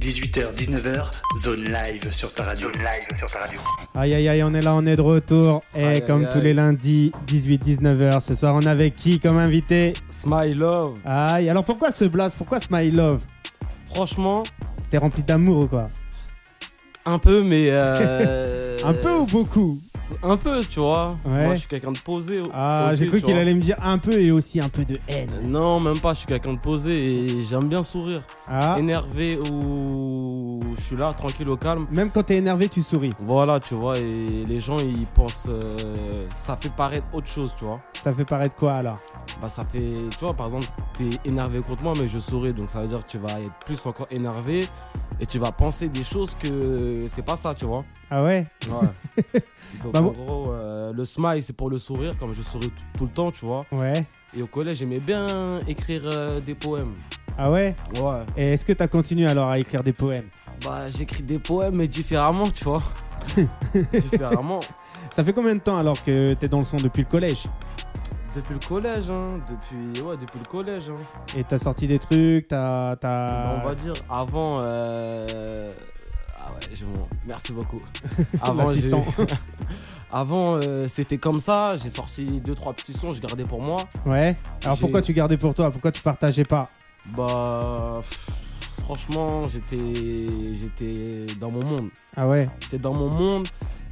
18h, 19h, zone live sur ta radio. live sur ta radio. Aïe aïe aïe, on est là, on est de retour. Et Aïe, aïe, comme tous aïe. les lundis, 18-19h. Ce soir, on est avec qui comme invité Smile Love. Aïe, alors pourquoi ce blast Pourquoi Smile Love Franchement, T'es rempli d'amour ou quoi un peu, mais. euh, Un peu ou beaucoup s- Un peu, tu vois. Ouais. Moi, je suis quelqu'un de posé. Ah, aussi, j'ai cru tu qu'il vois. allait me dire un peu et aussi un peu de haine. Non, même pas, je suis quelqu'un de posé et j'aime bien sourire. Ah, Énervé ou. Je suis là, tranquille, au calme. même quand t'es énervé, tu souris. Voilà, tu vois, et les gens, ils pensent. euh, ça fait paraître autre chose, tu vois. Ça fait paraître quoi alors Bah, ça fait. Tu vois, par exemple, t'es énervé contre moi, mais je souris, donc ça veut dire que tu vas être plus encore énervé et tu vas penser des choses que c'est pas ça, tu vois. Ah ouais Ouais. Donc Bah, en bon. gros, euh, le smile c'est pour le sourire, comme je souris tout, tout le temps, tu vois. Ouais. Et au collège, j'aimais bien écrire euh, des poèmes. Ah ouais Ouais. Et est-ce que t'as continué alors à écrire des poèmes Bah, j'écris des poèmes, mais différemment, tu vois. différemment. Ça fait combien de temps alors que t'es dans le son depuis le collège Depuis le collège, hein. Depuis, ouais, depuis le collège. hein. Et t'as sorti des trucs, t'as. Bah, t'as- on va dire, avant. euh, Ah ouais, j'ai mon. Merci beaucoup. Avant, j'ai- L'assistant. Avant, euh, c'était comme ça. J'ai sorti deux, trois petits sons, je gardais pour moi. Ouais. Alors J'ai- pourquoi tu gardais pour toi Pourquoi tu partageais pas Bah pff, franchement j'étais j'étais dans mon monde. Ah ouais J'étais dans mon monde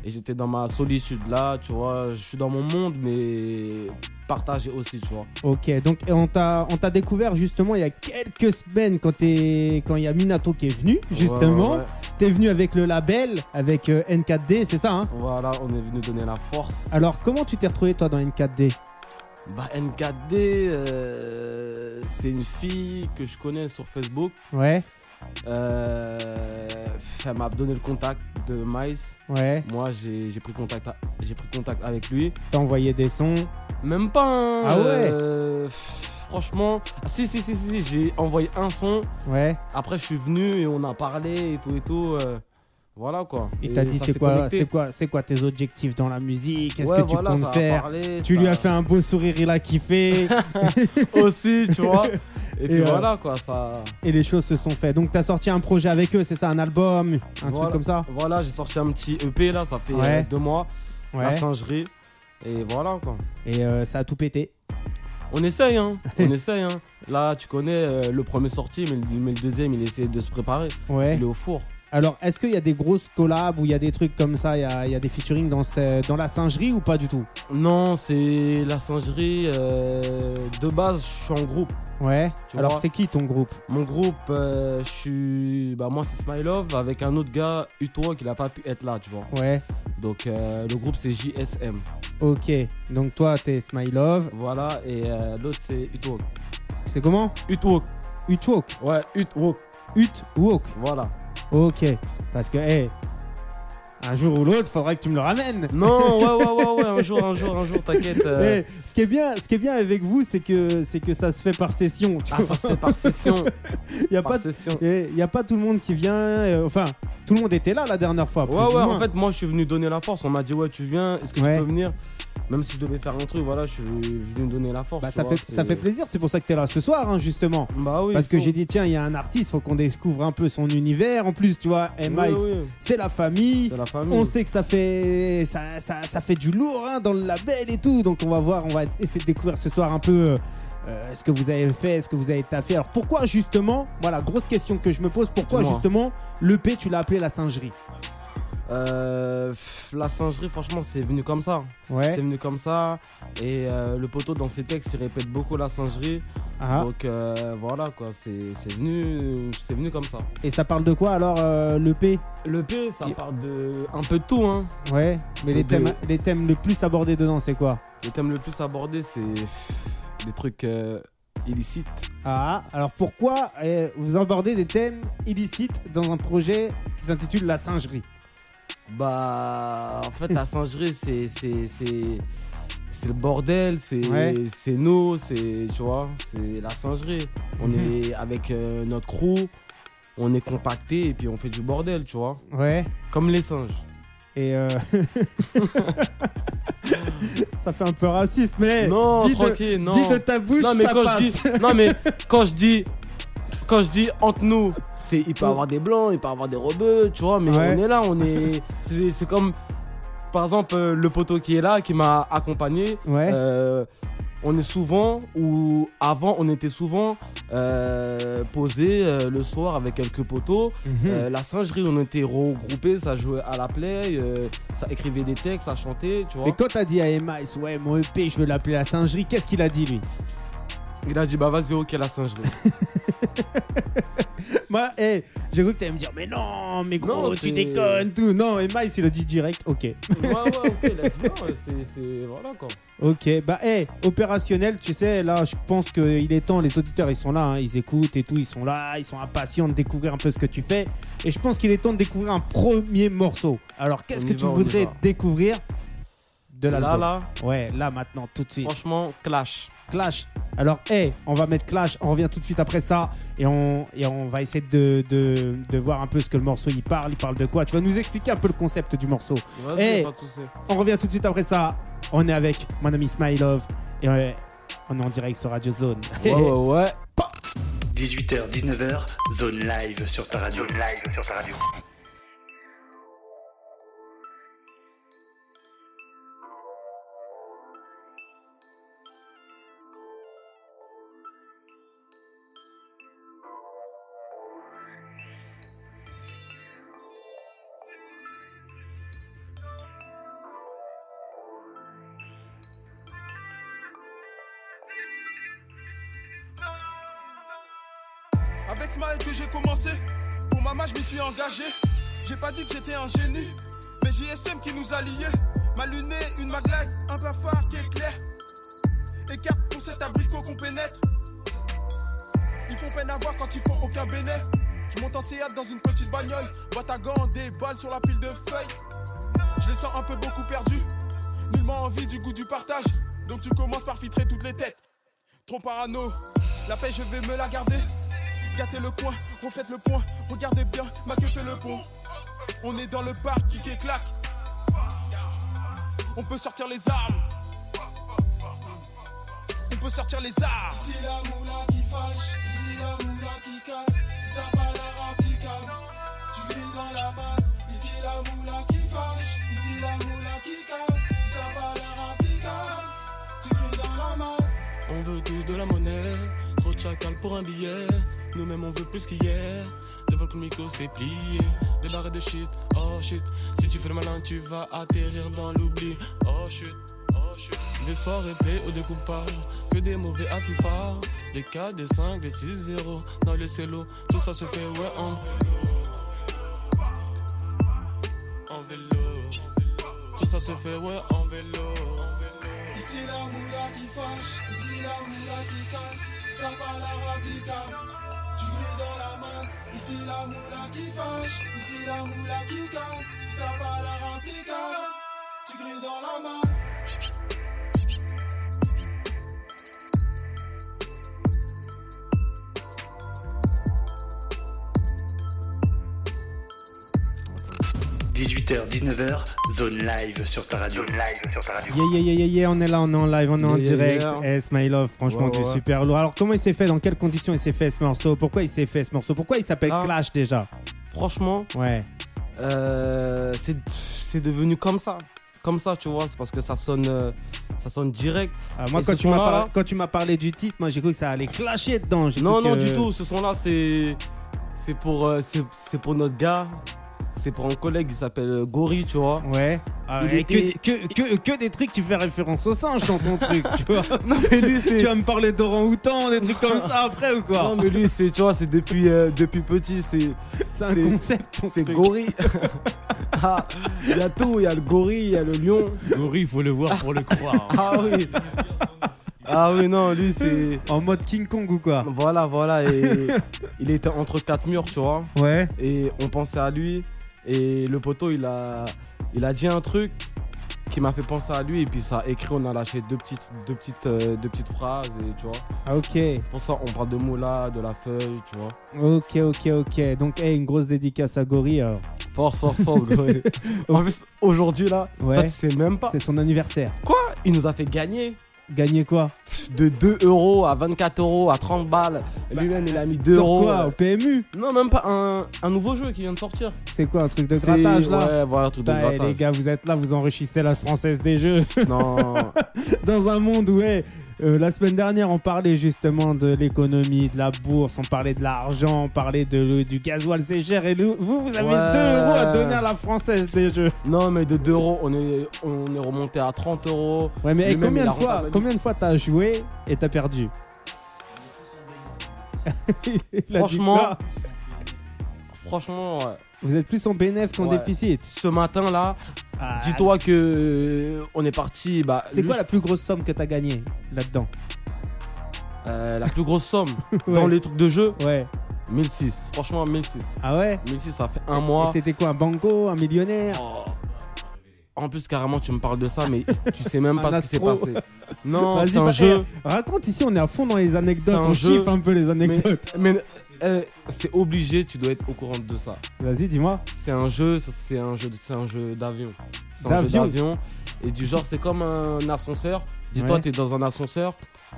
et j'étais dans ma solitude là, tu vois. Je suis dans mon monde mais partagé aussi, tu vois. Ok, donc et on t'a on t'a découvert justement il y a quelques semaines quand t'es- quand il y a Minato qui est venu justement. Ouais, ouais, ouais. T'es venu avec le label avec euh, N4D, c'est ça hein Voilà, on est venu donner la force. Alors comment tu t'es retrouvé toi dans N4D Bah N4D euh, c'est une fille que je connais sur Facebook. Ouais, Euh, elle m'a donné le contact de Mice. ouais. Moi j'ai j'ai pris contact à- j'ai pris contact avec lui. T'as envoyé des sons. Même pas hein. Ah ouais Euh, pff, Franchement, ah, si, si, si, si, si, j'ai envoyé un son. Ouais. Après, je suis venu et on a parlé et tout et tout. euh, voilà quoi. Il t'a dit ça c'est s'est quoi, connecté. c'est quoi, c'est quoi tes objectifs dans la musique Qu'est-ce Ouais, que tu voilà, ça comptes a faire parlé, Tu ça- lui as fait un beau sourire, il a kiffé aussi, tu vois. Et, puis euh, voilà quoi, ça. et les choses se sont faites. Donc t'as sorti un projet avec eux, c'est ça, un album, un Voilà. truc comme ça Voilà, j'ai sorti un petit EP là, ça fait euh, Ouais. deux mois, la Ouais. singerie. Et voilà quoi. Et euh, ça a tout pété. On essaye, hein. On essaye, hein. Là, tu connais euh, le premier sorti, mais, mais le deuxième, il essaie de se préparer. Ouais. Il est au four. Alors, est-ce qu'il y a des grosses collabs ou il y a des trucs comme ça, il y a, il y a des featuring dans, ce- dans la singerie ou pas du tout Non, c'est la singerie. euh, de base, je suis en groupe. Ouais. Tu Alors, vois. c'est qui ton groupe Mon groupe, euh, je suis. Bah, moi, c'est Smile Love avec un autre gars, Uto, qui n'a pas pu être là, tu vois. Ouais. Donc, euh, le groupe, c'est JSM. Ok. Donc, toi, t'es Smile Love. Voilà, et euh, l'autre, c'est Utwalk. C'est comment Utwalk, Utwalk. ouais, Utwalk, Utwalk. voilà. Ok. Parce que, hey, un jour ou l'autre, faudrait que tu me le ramènes. Non, ouais, ouais, ouais, ouais, un jour, un jour, un jour, t'inquiète. euh, Hey, ce, qui est bien, ce qui est bien avec vous, c'est que, c'est que ça se fait par session. Ah, ça se fait par session. Il n'y a, par pas- session. eh, y a pas tout le monde qui vient. euh, enfin, tout le monde était là la dernière fois. plus Ouais, ou ouais, en moins. fait, moi, je suis venu donner la force. On m'a dit, ouais, tu viens, est-ce que Ouais. tu peux venir Même si je devais faire un truc, voilà, je suis venu donner la force. Bah, tu ça, vois, fait, ça c'est- fait plaisir, c'est pour ça que t'es là ce soir, hein, justement. Bah oui. Parce que faut. j'ai dit, tiens, il y a un artiste, faut qu'on découvre un peu son univers. En plus, tu vois, Oui, M.I. oui, c'est la famille. C'est la famille. On sait que ça fait, ça, ça- ça fait du lourd hein, dans le label et tout. Donc, on va voir, on va essayer de découvrir ce soir un peu euh, ce que vous avez fait, ce que vous avez taffé. Alors, pourquoi justement, voilà, grosse question que je me pose, pourquoi Dis-moi. justement l'EP, tu l'as appelé la singerie Euh, pff, la singerie, franchement, c'est venu comme ça. Ouais. C'est venu comme ça. Et euh, le poteau, dans ses textes, il répète beaucoup la singerie. Ah. Donc euh, voilà, quoi. C'est c'est venu, c'est venu comme ça. Et ça parle de quoi alors, euh, l'EP Le P, ça parle de un peu de tout. Hein. Ouais. Mais les De- thèmes, hein. les thèmes le plus abordés dedans, c'est quoi Le thème le plus abordé, c'est pff, des trucs euh, illicites. Ah, alors pourquoi euh, vous abordez des thèmes illicites dans un projet qui s'intitule La singerie Bah, en fait, la singerie, c'est. c'est- c'est- C'est le bordel, c'est Ouais. c'est nous, c'est tu vois, c'est la singerie. On Mhm. est avec euh, notre crew, on est compacté et puis on fait du bordel, tu vois. Ouais. Comme les singes. Et euh, ça fait un peu raciste, mais non, Eh, dis, de, tranquille, non. dis de ta bouche non mais ça quand passe. je dis, non mais quand je dis, quand je dis entre nous, c'est il peut avoir des blancs, il peut avoir des rebeux, tu vois, mais Ouais. on est là, on est. C'est c'est comme par exemple euh, le poteau qui est là, qui m'a accompagné. Ouais. euh, on est souvent, ou avant, on était souvent euh, posé euh, le soir avec quelques poteaux. Mhm. Euh, la singerie, on était regroupés, ça jouait à la play, euh, ça écrivait des textes, ça chantait, tu vois. Mais quand t'as dit à Emma, ouais, mon EP, je veux l'appeler la singerie, qu'est-ce qu'il a dit lui Il a dit, bah vas-y, ok, la singerie. Moi, hé, j'ai cru que t'allais me dire, mais non, mais gros, Non, tu c'est- déconnes, tout. Non, Emma, il a dit direct, ok. ouais, ouais, ok, il a dit, non, c'est- c'est. Voilà quoi. Ok, bah, hé, opérationnel, tu sais, là, je pense qu'il est temps, les auditeurs, ils sont là, hein, ils écoutent et tout, ils sont là, ils sont impatients de découvrir un peu ce que tu fais. Et je pense qu'il est temps de découvrir un premier morceau. Alors, qu'est-ce On que y tu va, on y voudrais va. découvrir de la là, là, Ouais, là, maintenant, tout de suite. franchement, clash. Clash. Alors, hey, on va mettre Clash, on revient tout de suite après ça et on, et on va essayer de, de, de voir un peu ce que le morceau il parle, il parle de quoi. Tu vas nous expliquer un peu le concept du morceau. Vas-y, Eh. pas de soucis. On revient tout de suite après ça. On est avec mon ami Smilov et euh, on est en direct sur Radio Zone. Ouais, ouais, ouais. 18h, 19h, zone live sur ta radio. live sur ta radio. Avec Smile que j'ai commencé, pour ma main je m'y suis engagé. J'ai pas dit que j'étais un génie, mais JSM qui nous a liés. Ma lunette, une maglague, un bafard qui éclaire. Écart pour cet abricot qu'on pénètre. Ils font peine à voir quand ils font aucun bénéfice. Je monte en Seat dans une petite bagnole, boîte à gants, des balles sur la pile de feuilles. Je les sens un peu beaucoup perdus, nullement envie du goût du partage. Donc tu commences par filtrer toutes les têtes. Trop parano, la paix je vais me la garder. Gâtez le coin, refaites le point. Regardez bien, ma queue fait le pont. On est dans le parc, kick et claque. On peut sortir les armes. On peut sortir les armes. C'est la moula qui fâche, c'est la moula qui casse, c'est la balade applicable. Tu vis dans la masse, ici la moula qui fâche, ici la moula qui casse, c'est la balade applicable. Tu vis dans la masse. On veut tous de la monnaie, trop de chacal pour un billet. Nous-mêmes on veut plus qu'hier. Devant que le micro c'est plié, des barres de shit, oh shit. Si tu fais le malin, tu vas atterrir dans l'oubli, oh shit. oh shit. Des soirées play au découpage, que des mauvais à FIFA. Des 4, des 5, des 6, 0. Dans le cello, tout ça se fait ouais en vélo. En vélo. Tout ça se fait ouais en vélo. Ici la moula qui fâche, ici la moula qui casse, c'est la balade applicable. Tu vis dans la masse, ici la moula qui fâche, ici la moula qui casse, c'est la balade applicable. Tu grilles dans la masse. Attends. 18h, 19h, zone live sur ta radio. live sur ta radio. Yeah, yeah, yeah, yeah, yeah, on est là, on est en live, on est en Yeah, yeah, direct. yeah. Eh, Smilov, franchement, Ouais, du ouais. super lourd. Alors, comment il s'est fait Dans quelles conditions il s'est fait ce morceau Pourquoi il s'est fait ce morceau Pourquoi il s'appelle Ah. Clash déjà Franchement, Ouais. euh, c'est c'est devenu comme ça. Comme ça, tu vois, c'est parce que ça sonne, euh, ça sonne direct. Ah, moi, Et quand ce tu, m'as son-là, parlé- là quand tu m'as parlé du titre, moi, j'ai cru que ça allait clasher dedans. J'ai Non, cru non, que- du tout. Ce son-là, c'est c'est pour, euh, c'est c'est pour notre gars. C'est pour un collègue qui s'appelle euh, Gori, tu vois. Ouais. Ah, Il et était- que, que, que, que des trucs qui font référence au singe dans ton truc, tu vois. Non, mais lui, tu vas me parler d'orang-outan, des trucs comme ça après ou quoi Non, mais lui, c'est, tu vois, c'est depuis, euh, depuis petit, c'est, C'est un c'est- concept, ton c'est truc. gorille. Ah, Il y a tout, il y a le gorille, il y a le lion. Gorille, faut le voir pour le croire. Ah oui. Ah oui, non, lui, c'est. En mode King Kong ou quoi Voilà, voilà. Et il était entre quatre murs, tu vois. Ouais. Et on pensait à lui. Et le poteau, il a, il a dit un truc qui m'a fait penser à lui. Et puis ça a écrit, on a lâché deux petites, deux petites, euh, deux petites phrases. Et tu vois. Ah, ok. Pour ça, on parle de Moula, de la feuille, tu vois. Ok, ok, ok. Donc, hey, une grosse dédicace à Gori. alors. Force, force, force, gros. En plus, aujourd'hui, là, Ouais. toi, tu sais même pas. C'est son anniversaire. Il nous a fait gagner. Gagner quoi De 2 euros à 24 euros à 30 balles. Lui-même, il a mis 2 Sur euros. quoi Au PMU Non, même pas un, un nouveau jeu qui vient de sortir. C'est quoi un truc de C'est- grattage là Ouais, voilà, un truc de Putain, eh, les grattage. gars, vous êtes là, vous enrichissez la française des jeux. Non, Dans un monde où, eh, euh, la semaine dernière, on parlait justement de l'économie, de la bourse, on parlait de l'argent, on parlait de, du gasoil, c'est cher. Et nous, vous, vous avez 2 Ouais. euros à donner à la française des jeux. non, mais de 2 euros, on est, on est remonté à 30 euros. Ouais, mais eh, Lui-même, combien, il de a fois, rentabilisé. combien de fois t'as joué et t'as perdu Il a dit Franchement, quoi Franchement, ouais. vous êtes plus en bénéfice qu'en Ouais. déficit. ce matin-là, Ah, dis-toi que euh, on est parti. Bah, C'est lui, quoi la plus grosse somme que t'as gagnée là-dedans euh, la plus grosse somme Ouais. dans les trucs de jeu Ouais. 1006. Franchement, 1006. Ah ouais 1006, ça fait un Et mois. c'était quoi un banco, un millionnaire Oh. En plus, carrément, tu me parles de ça, mais tu sais même Un pas ce qui s'est astro. passé. Non, Vas-y, c'est un bah, jeu. Raconte ici, on est à fond dans les anecdotes, C'est un on jeu, kiffe un peu les Mais, anecdotes. mais, euh, c'est obligé, tu dois être au courant de ça. Vas-y, dis-moi. C'est un jeu, c'est un jeu, c'est un jeu d'avion. C'est un jeu D'avion d'avion. Et du genre, c'est comme un ascenseur. Dis-toi, Ouais. t'es dans un ascenseur.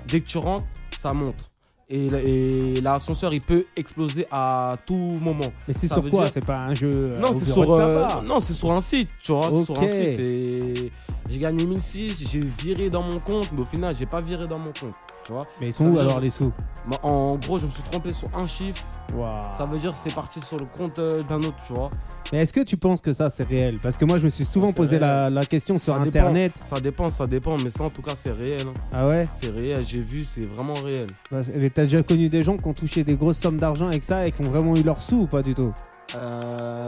Dès que tu rentres, ça monte. Et, l- et l'ascenseur, il peut exploser à tout moment. Mais c'est Ça sur veut quoi dire- C'est pas un jeu. euh, non, au c'est bureau sur, de euh, tabac non, c'est sur un site, tu vois. c'est Sur un Ok. site. Et j'ai gagné 1006, j'ai viré dans mon compte, mais au final, j'ai pas viré dans mon compte. Tu vois. Mais ils sont ça où veut dire- alors les sous Bah, En gros, je me suis trompé sur un chiffre. Waouh. Ça veut dire que c'est parti sur le compte euh, d'un autre, tu vois. Mais est-ce que tu penses que ça c'est réel Parce que moi je me suis souvent C'est posé réel. la, la question sur Ça dépend. internet. Ça dépend, ça dépend, mais ça en tout cas c'est réel. hein. Ah ouais C'est réel, j'ai vu, c'est vraiment réel. Parce- mais T'as déjà connu des gens qui ont touché des grosses sommes d'argent avec ça et qui ont vraiment eu leurs sous ou pas du tout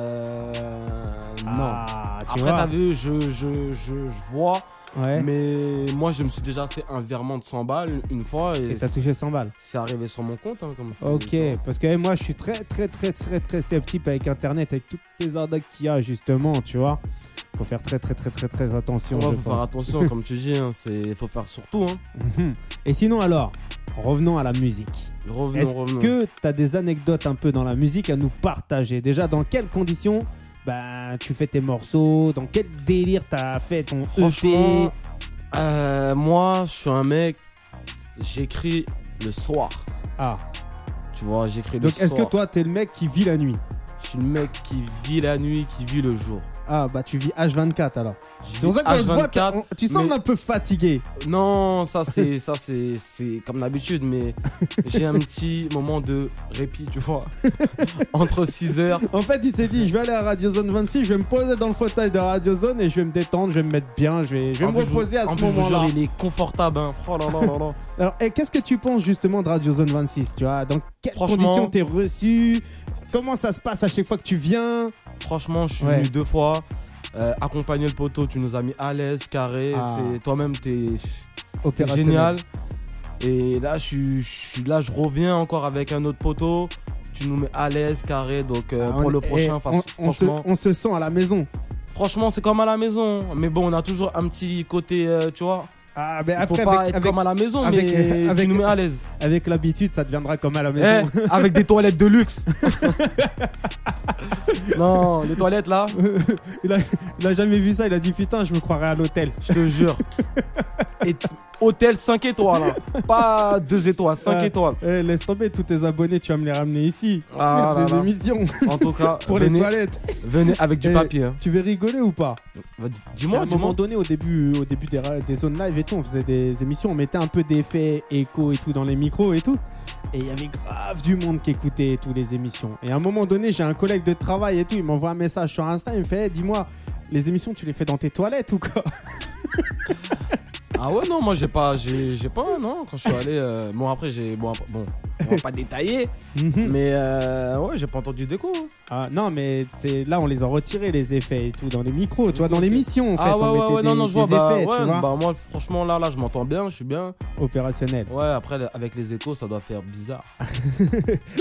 Euh... Non. Ah, tu Après t'as vu, je, je, je, je vois, vois Ouais. mais moi je me suis déjà fait un virement de 100 balles une fois et, Et t'as touché 100 balles. c'est arrivé sur mon compte. hein, comme ça, Ok, tu vois. parce que eh, moi je suis très très très très très sceptique avec internet, avec toutes les arnaques qu'il y a justement, tu vois. Faut faire très très très très très attention. Ouais, je faut pense. faire attention, comme tu dis, hein, c'est faut faire surtout. Hein. Mhm. Et sinon alors, revenons à la musique. Revenons, Est-ce revenons. que tu as des anecdotes un peu dans la musique à nous partager Déjà, dans quelles conditions ben, tu fais tes morceaux Dans quel délire t'as fait ton E Franchement, EP euh, moi je suis un mec, j'écris le soir. Ah, Tu vois, j'écris le donc soir. est-ce que toi, t'es le mec qui vit la nuit Je suis le mec qui vit la nuit, qui vit le jour. Ah, bah tu vis H24 alors. Je C'est pour vis ça qu'on te voit, H24. t'as- on- tu sembles mais- un peu fatigué. Non, ça c'est ça c'est c'est comme d'habitude, mais j'ai un petit moment de répit, tu vois, entre 6 heures. En fait, il s'est dit je vais aller à Radio Zone 26, je vais me poser dans le fauteuil de Radio Zone et je vais me détendre, je vais me mettre bien, je vais, je vais En me plus, vous- reposer à en ce plus, vous jure, moment-là. Il est confortable, hein. Oh là là là là. Alors, et qu'est-ce que tu penses justement de Radio Zone 26 Tu vois, dans quelles Franchement- conditions t'es reçu Comment ça se passe à chaque fois que tu viens Franchement, je suis Ouais. venu deux fois. euh, accompagner le poteau, tu nous as mis à l'aise, carré. Ah. C'est toi-même, t'es t'es Opérationnel. génial. Et là, je suis- je suis là, je reviens encore avec un autre poteau. Tu nous mets à l'aise, carré. Donc euh, Ah, on- pour le eh, prochain, on- fa- on, se, franchement. on se sent à la maison. Franchement, c'est comme à la maison. Mais bon, on a toujours un petit côté, euh, tu vois. Ah, mais Il faut après, pas avec, être avec- comme à la maison, avec- euh, mais avec- tu nous mets à l'aise. avec l'habitude, ça deviendra comme à la maison. Eh, avec des toilettes de luxe. non, les toilettes là, il, a, il a jamais vu ça, il a dit putain, je me croirais à l'hôtel. je te jure. Et hôtel 5 étoiles, hein. pas 2 étoiles, 5 Ouais. étoiles. Eh, laisse tomber tous tes abonnés, tu vas me les ramener ici. Ah Faire des là là. émissions En tout cas, pour les venez, toilettes. venez avec du Eh, papier. hein. Tu veux rigoler ou pas Vas-y, à Dis-moi, un moment dis-moi. donné, au début, au début des, ra- des zones live et tout, on faisait des émissions, on mettait un peu d'effets écho et tout dans les micros et tout. Et il y avait grave du monde qui écoutait tous les émissions. Et à un moment donné, j'ai un collègue de travail et tout, il m'envoie un message sur Insta, il me fait Eh, Dis-moi, les émissions, tu les fais dans tes toilettes ou quoi Ah ouais, non, moi j'ai pas, j'ai j'ai pas, non. Quand je suis allé, euh, bon après j'ai, bon, après- bon, on va pas détailler, Mhm. mais euh, ouais, j'ai pas entendu d'écho. hein. Ah, Non, mais c'est là, on les a retirés, les effets et tout, dans les micros, tu vois, dans l'émission en fait. ah on ouais, ouais, mettait ouais, non, des- non, je vois. des Bah, effets, tu ouais, vois, bah, moi, franchement, là, là, je m'entends bien, je suis bien. opérationnels. Ouais, après, le- avec les échos, ça doit faire bizarre.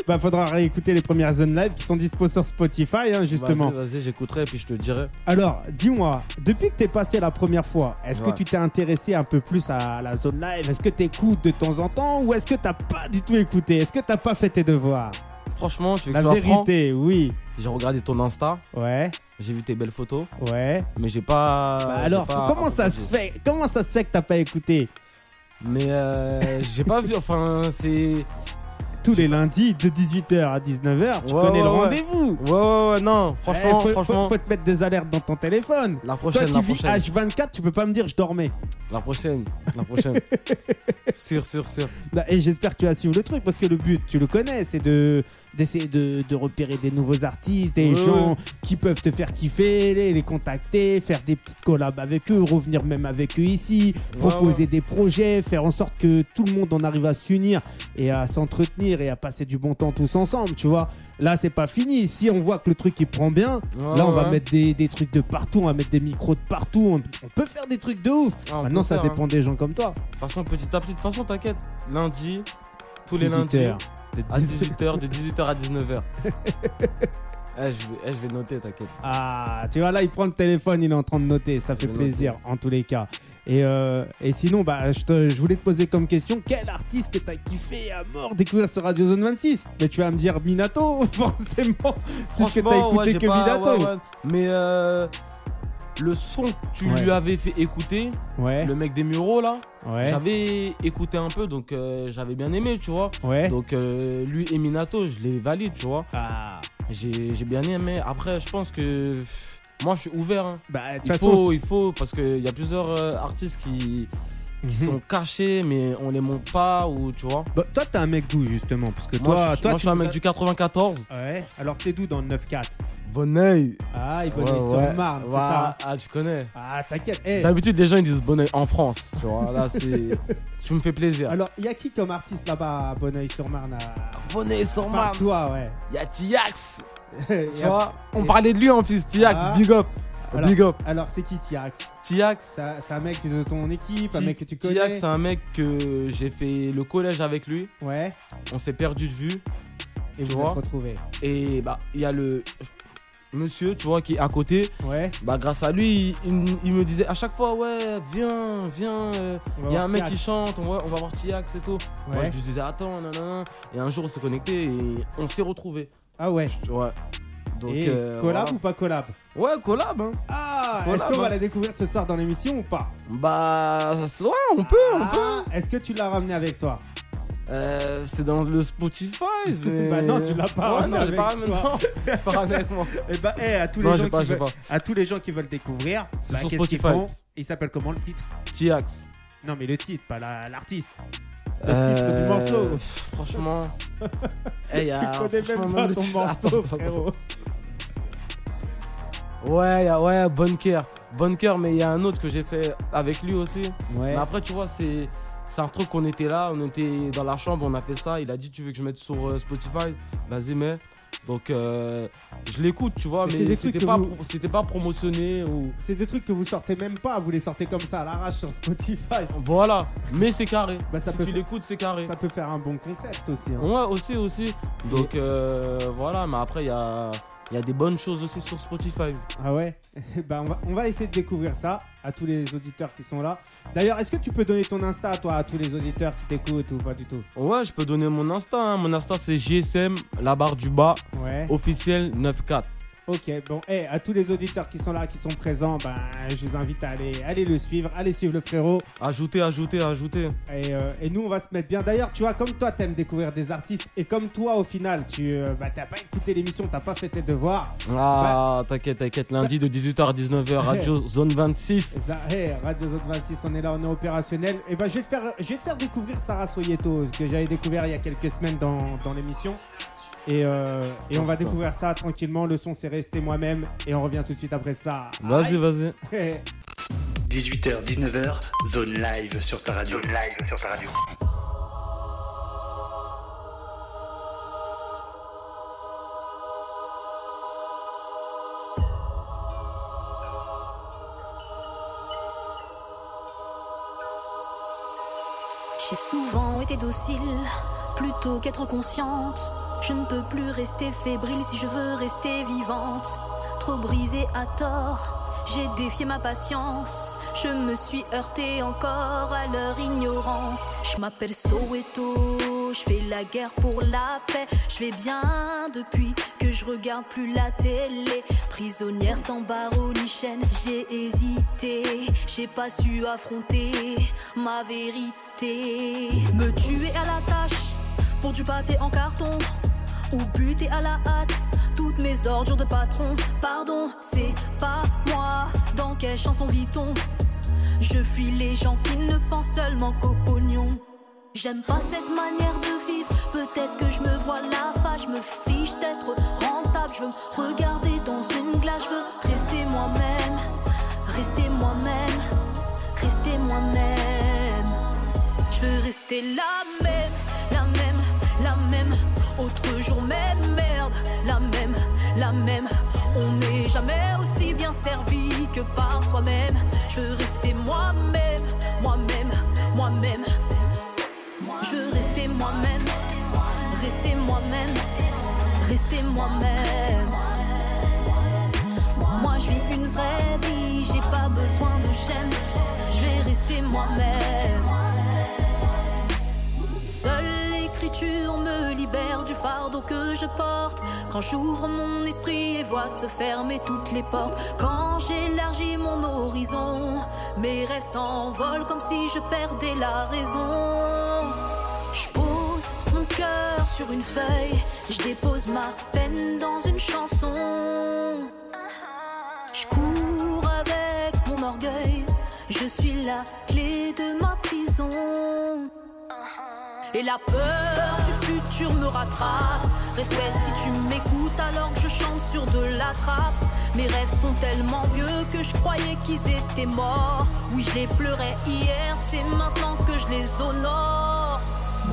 Bah, faudra réécouter les premières zones live qui sont dispo sur Spotify, hein, justement. Vas-y, vas-y, j'écouterai, puis je te dirai. Alors, dis-moi, depuis que t'es passé la première fois, est-ce Ouais. que tu t'es intéressé un peu plus à la zone live Est-ce que t'écoutes de temps en temps ou est-ce que t'as pas du tout écouté Est-ce que t'as pas fait tes devoirs Franchement, tu veux que La je sois franc vérité, oui. J'ai regardé ton Insta, Ouais, j'ai vu tes belles photos, ouais. mais j'ai pas. Bah Ah, j'ai alors, pas comment ça se approfondi. fait Comment ça se fait que t'as pas écouté Mais euh, j'ai pas vu, enfin, c'est. Tous les lundis, de 18h à 19h, tu Ouais, connais ouais, le ouais. rendez-vous. Ouais, ouais, ouais, non, Eh, franchement, faut, franchement. faut- faut te mettre des alertes dans ton téléphone. La Toi prochaine, qui la vis prochaine, H24, tu peux pas me dire je dormais. la prochaine, la prochaine. sûr, sûr, sûr. Bah, et j'espère que tu vas suivre le truc parce que le but, tu le connais, c'est de d'essayer de, de repérer des nouveaux artistes, des Ouais, gens qui peuvent te faire kiffer, les, les contacter, faire des petites collabs avec eux, revenir même avec eux ici, Ouais, proposer des projets, faire en sorte que tout le monde en arrive à s'unir et à s'entretenir et à passer du bon temps tous ensemble, tu vois. Là, c'est pas fini. Si on voit que le truc il prend bien, Ouais, là on va ouais. mettre des, des trucs de partout, on va mettre des micros de partout, on, on peut faire des trucs de ouf. Ah, on Maintenant, peut ça faire, hein. dépend des gens comme toi. De toute façon, petit à petit, de toute façon, t'inquiète. Lundi, tous les lundis, 18h. Ah, à 18h, de 18h à 19h. eh, je, vais, eh, je vais noter, t'inquiète. Ah, tu vois, là, il prend le téléphone, il est en train de noter. Ça fait vais plaisir, en tous les cas. Et, euh, et sinon, bah, je, te- je voulais te poser comme question quel artiste que t'as kiffé à mort découvrir sur Radio Zone 26 Mais tu vas me dire Minato, forcément, puisque t'as écouté ouais, j'ai que pas- Minato. ouais, ouais. Mais euh, le son que tu Ouais. lui avais fait écouter, Ouais, le mec des Mureaux, là, ouais, j'avais écouté un peu, donc euh, j'avais bien aimé, tu vois. ouais. Donc euh, lui et Minato, je les valide, tu vois. Ah, J'ai j'ai bien aimé. Après, je pense que pff, moi, je suis ouvert. hein. bah, de toute Il façon, faut, il faut, parce qu'il y a plusieurs euh, artistes qui, qui sont cachés, mais on les monte pas, ou tu vois. Bah, toi, t'es un mec doux, justement. Parce que Moi, toi, je, suis- toi moi, je tu suis un nous mec as- du 94. Ouais, alors que t'es doux dans le 9-4. Bon oeil. Ah, il Ouais, connaît ouais. sur Marne, c'est Ouais, ça Ah, tu connais. Ah, t'inquiète. Eh, D'habitude, les gens ils disent Bonneuil en France. Tu vois, là, c'est. tu me fais plaisir. alors, il y a qui comme artiste là-bas à Bonneuil-sur-Marne à... Bonneuil sans Par toi, ouais. y'a Tiax. Tu Et vois, on et- parlait de lui en plus, Tiax. Ah. Big up. Alors- Big up. Alors c'est qui Tiax Tiax. C'est un c'est un mec de ton équipe, un Ti- mec que tu connais Tiax, c'est un mec que j'ai fait le collège avec lui. Ouais, On s'est perdu de vue. et vous vous hein. vois êtes retrouvés. Et bah, il y a le monsieur, tu vois, qui est à côté. Ouais, Bah, grâce à lui, il, il me disait à chaque fois Ouais, viens, viens. euh, on va Il y a voir un mec qui Tiax. chante, on va, on va voir Tiax et tout. Moi, Ouais. je lui disais Attends, nanana. Et un jour, on s'est connecté et on s'est retrouvés. Ah ouais. Ouais. Donc, et euh, collab ou pas collab voilà. Ouais, collab. Hein. Ah Est-ce Collab, qu'on va hein. la découvrir ce soir dans l'émission ou pas Bah, ouais, on peut, on peut. Ah, Est-ce que tu l'as ramené avec toi Euh, c'est dans le Spotify. Mais... Bah non, tu l'as pas Ouais, ramené non, j'ai pas avec ramené. toi. Non, j'ai pas ramené avec moi. Eh bah, eh, à tous les Non, gens j'ai pas, qui j'ai veulent, pas. à tous les gens qui veulent découvrir, C'est bah, sur qu'est-ce qu'ils Spotify. font Il s'appelle comment le titre T-Ax. Non mais le titre, pas la- l'artiste. Le titre du morceau. Euh, Franchement. Eh, y a. Je connais franchement, même pas le ton titre- morceau, Attends, frérot. Ouais, y a, ouais, Bunker. Bunker, mais il y a un autre que j'ai fait avec lui aussi. Ouais. Mais après, tu vois, c'est. C'est un truc qu'on était là, on était dans la chambre, on a fait ça. Il a dit Tu veux que je mette sur euh, Spotify Vas-y, mets. Donc, euh, je l'écoute, tu vois, Mais mais, c'est des trucs que c'était pas, vous- pro- c'était pas promotionné ou. C'est des trucs que vous sortez même pas, vous les sortez comme ça à l'arrache sur Spotify. Voilà, mais c'est carré. Bah, ça si peut tu faire- l'écoutes, c'est carré. Ça peut faire un bon concept aussi. hein. Ouais, aussi, aussi. Donc, euh, voilà, mais après, il y a, il y a des bonnes choses aussi sur Spotify. Ah ouais Bah on va, on va essayer de découvrir ça à tous les auditeurs qui sont là. D'ailleurs, est-ce que tu peux donner ton Insta toi à tous les auditeurs qui t'écoutent ou pas du tout Ouais, je peux donner mon Insta. hein. Mon Insta, c'est GSM, la barre du bas, Ouais. officiel 94. Oh, Ok, bon, et à tous les auditeurs qui sont là, qui sont présents, ben je vous invite à aller, aller le suivre, aller suivre le frérot. Ajoutez, ajoutez, ajoutez. Et, euh, et nous, on va se mettre bien. D'ailleurs, tu vois, comme toi, t'aimes découvrir des artistes, et comme toi, au final, tu euh, bah, t'as pas écouté l'émission, t'as pas fait tes devoirs. Ah, t'inquiète, t'inquiète. Lundi de 18h à 19h, radio zone 26. Ça, hey, Radio Zone 26, on est là, on est opérationnel. Et ben, je vais te faire, je vais te faire découvrir Sarah Soyeto, ce que j'avais découvert il y a quelques semaines dans, dans l'émission. Et, euh, et on va découvrir ça tranquillement. Le son, c'est resté moi-même. Et on revient tout de suite après ça. Vas-y, vas-y. Aïe. 18h, 19h, zone live sur ta radio. Zone live sur ta radio. J'ai souvent été docile, plutôt qu'être consciente. Je ne peux plus rester fébrile si je veux rester vivante. Trop brisée à tort, j'ai défié ma patience. Je me suis heurtée encore à leur ignorance. Je m'appelle Soweto, je fais la guerre pour la paix. Je vais bien depuis que je regarde plus la télé. Prisonnière sans barreau ni chaîne, j'ai hésité. J'ai pas su affronter ma vérité. Me tuer à la tâche pour du papier en carton. Ou buter à la hâte toutes mes ordures de patron. Pardon, c'est pas moi. Dans quelle chanson vit-on je fuis les gens qui ne pensent seulement qu'au pognon. J'aime pas cette manière de vivre. Peut-être que je me vois la face. Je me fiche d'être rentable. Je veux me regarder dans une glace. Je veux rester moi-même. Rester moi-même. Rester moi-même. Je veux rester la même. La même. La même. Autre jour, même merde. La même. La même. On n'est jamais aussi bien servi que par soi-même. Je veux rester moi-même, moi-même, moi-même. Je veux rester moi-même, rester moi-même, rester moi-même. Moi, je vis une vraie vie, j'ai pas besoin de chaîne. Je vais rester moi-même. Seule l'écriture me libère du fardeau que je porte. Quand j'ouvre mon esprit et vois se fermer toutes les portes. Quand j'élargis mon horizon, mes rêves s'envolent comme si je perdais la raison. Je pose mon cœur sur une feuille, je dépose ma peine dans une chanson. Je cours avec mon orgueil, je suis la clé de ma prison. Et la peur du futur me rattrape. Respect si tu m'écoutes alors que je chante sur de la trappe. Mes rêves sont tellement vieux que je croyais qu'ils étaient morts. Oui, je les pleurais hier, c'est maintenant que je les honore.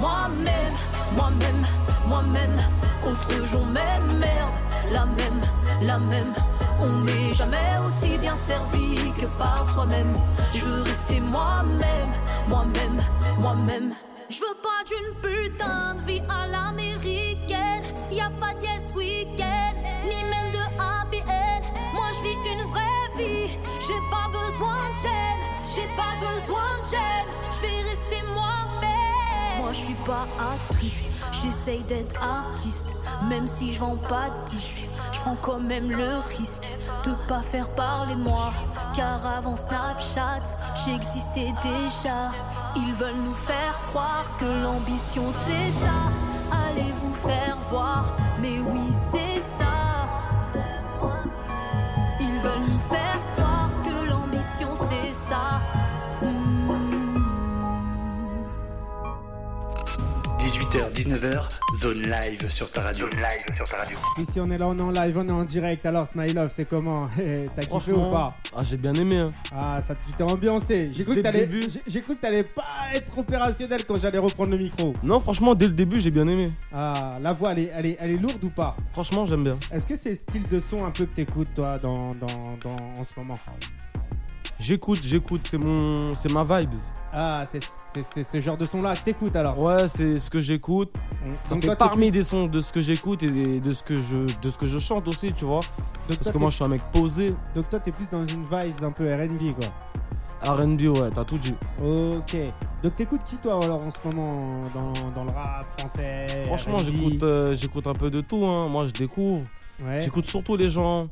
Moi-même, moi-même, moi-même. Autre jour, même merde. La même, la même. On n'est jamais aussi bien servi que par soi-même. Je veux rester moi-même, moi-même, moi-même. Je veux pas d'une putain de vie à l'américaine. Y a pas de yes weekend, ni même de happy end. Moi je vis une vraie vie, j'ai pas besoin de chaîne, j'ai pas besoin de chaîne. Je vais rester moi-même. Moi je suis pas actrice, j'essaye d'être artiste. Même si je vends pas de disque, je prends quand même le risque de pas faire parler de moi. Car avant Snapchat, j'existais déjà. Ils veulent nous faire croire que l'ambition c'est ça. Allez vous faire voir, mais oui c'est ça. Ils veulent nous faire croire que l'ambition c'est ça. Hmm. Mm. 18h, 19h, zone live sur ta radio. live sur ta radio. Si, si, on est là, on est en live, on est en direct. Alors, Smile Love, c'est comment Eh, T'as kiffé Franchement, ou pas Ah, j'ai bien aimé. hein. Ah, ça tu t'es ambiancé. J'ai cru, que Dès le t'allais- début. j'ai- j'ai cru que t'allais pas être opérationnel quand j'allais reprendre le micro. Non, franchement, dès le début, j'ai bien aimé. Ah, la voix, elle est, elle est- elle est lourde ou pas Franchement, j'aime bien. Est-ce que c'est le style de son un peu que t'écoutes, toi, dans, dans- dans- en ce moment J'écoute, j'écoute, c'est mon, c'est ma vibes. Ah, c'est- c'est c'est ce genre de son-là que t'écoutes alors. Ouais, c'est ce que j'écoute. Ça Donc fait toi, t'es parmi des sons de ce que j'écoute et de ce que je, de ce que je chante aussi, tu vois. plus- donc Parce toi, que moi, t'es- je suis un mec posé. donc toi, t'es plus dans une vibe un peu RB, quoi. R&B, ouais, t'as tout dit. Ok. Donc t'écoutes qui, toi, alors, en ce moment, dans, dans le rap français Franchement, R&B? j'écoute, euh, j'écoute un peu de tout. hein. Moi, je découvre. Ouais. J'écoute surtout les gens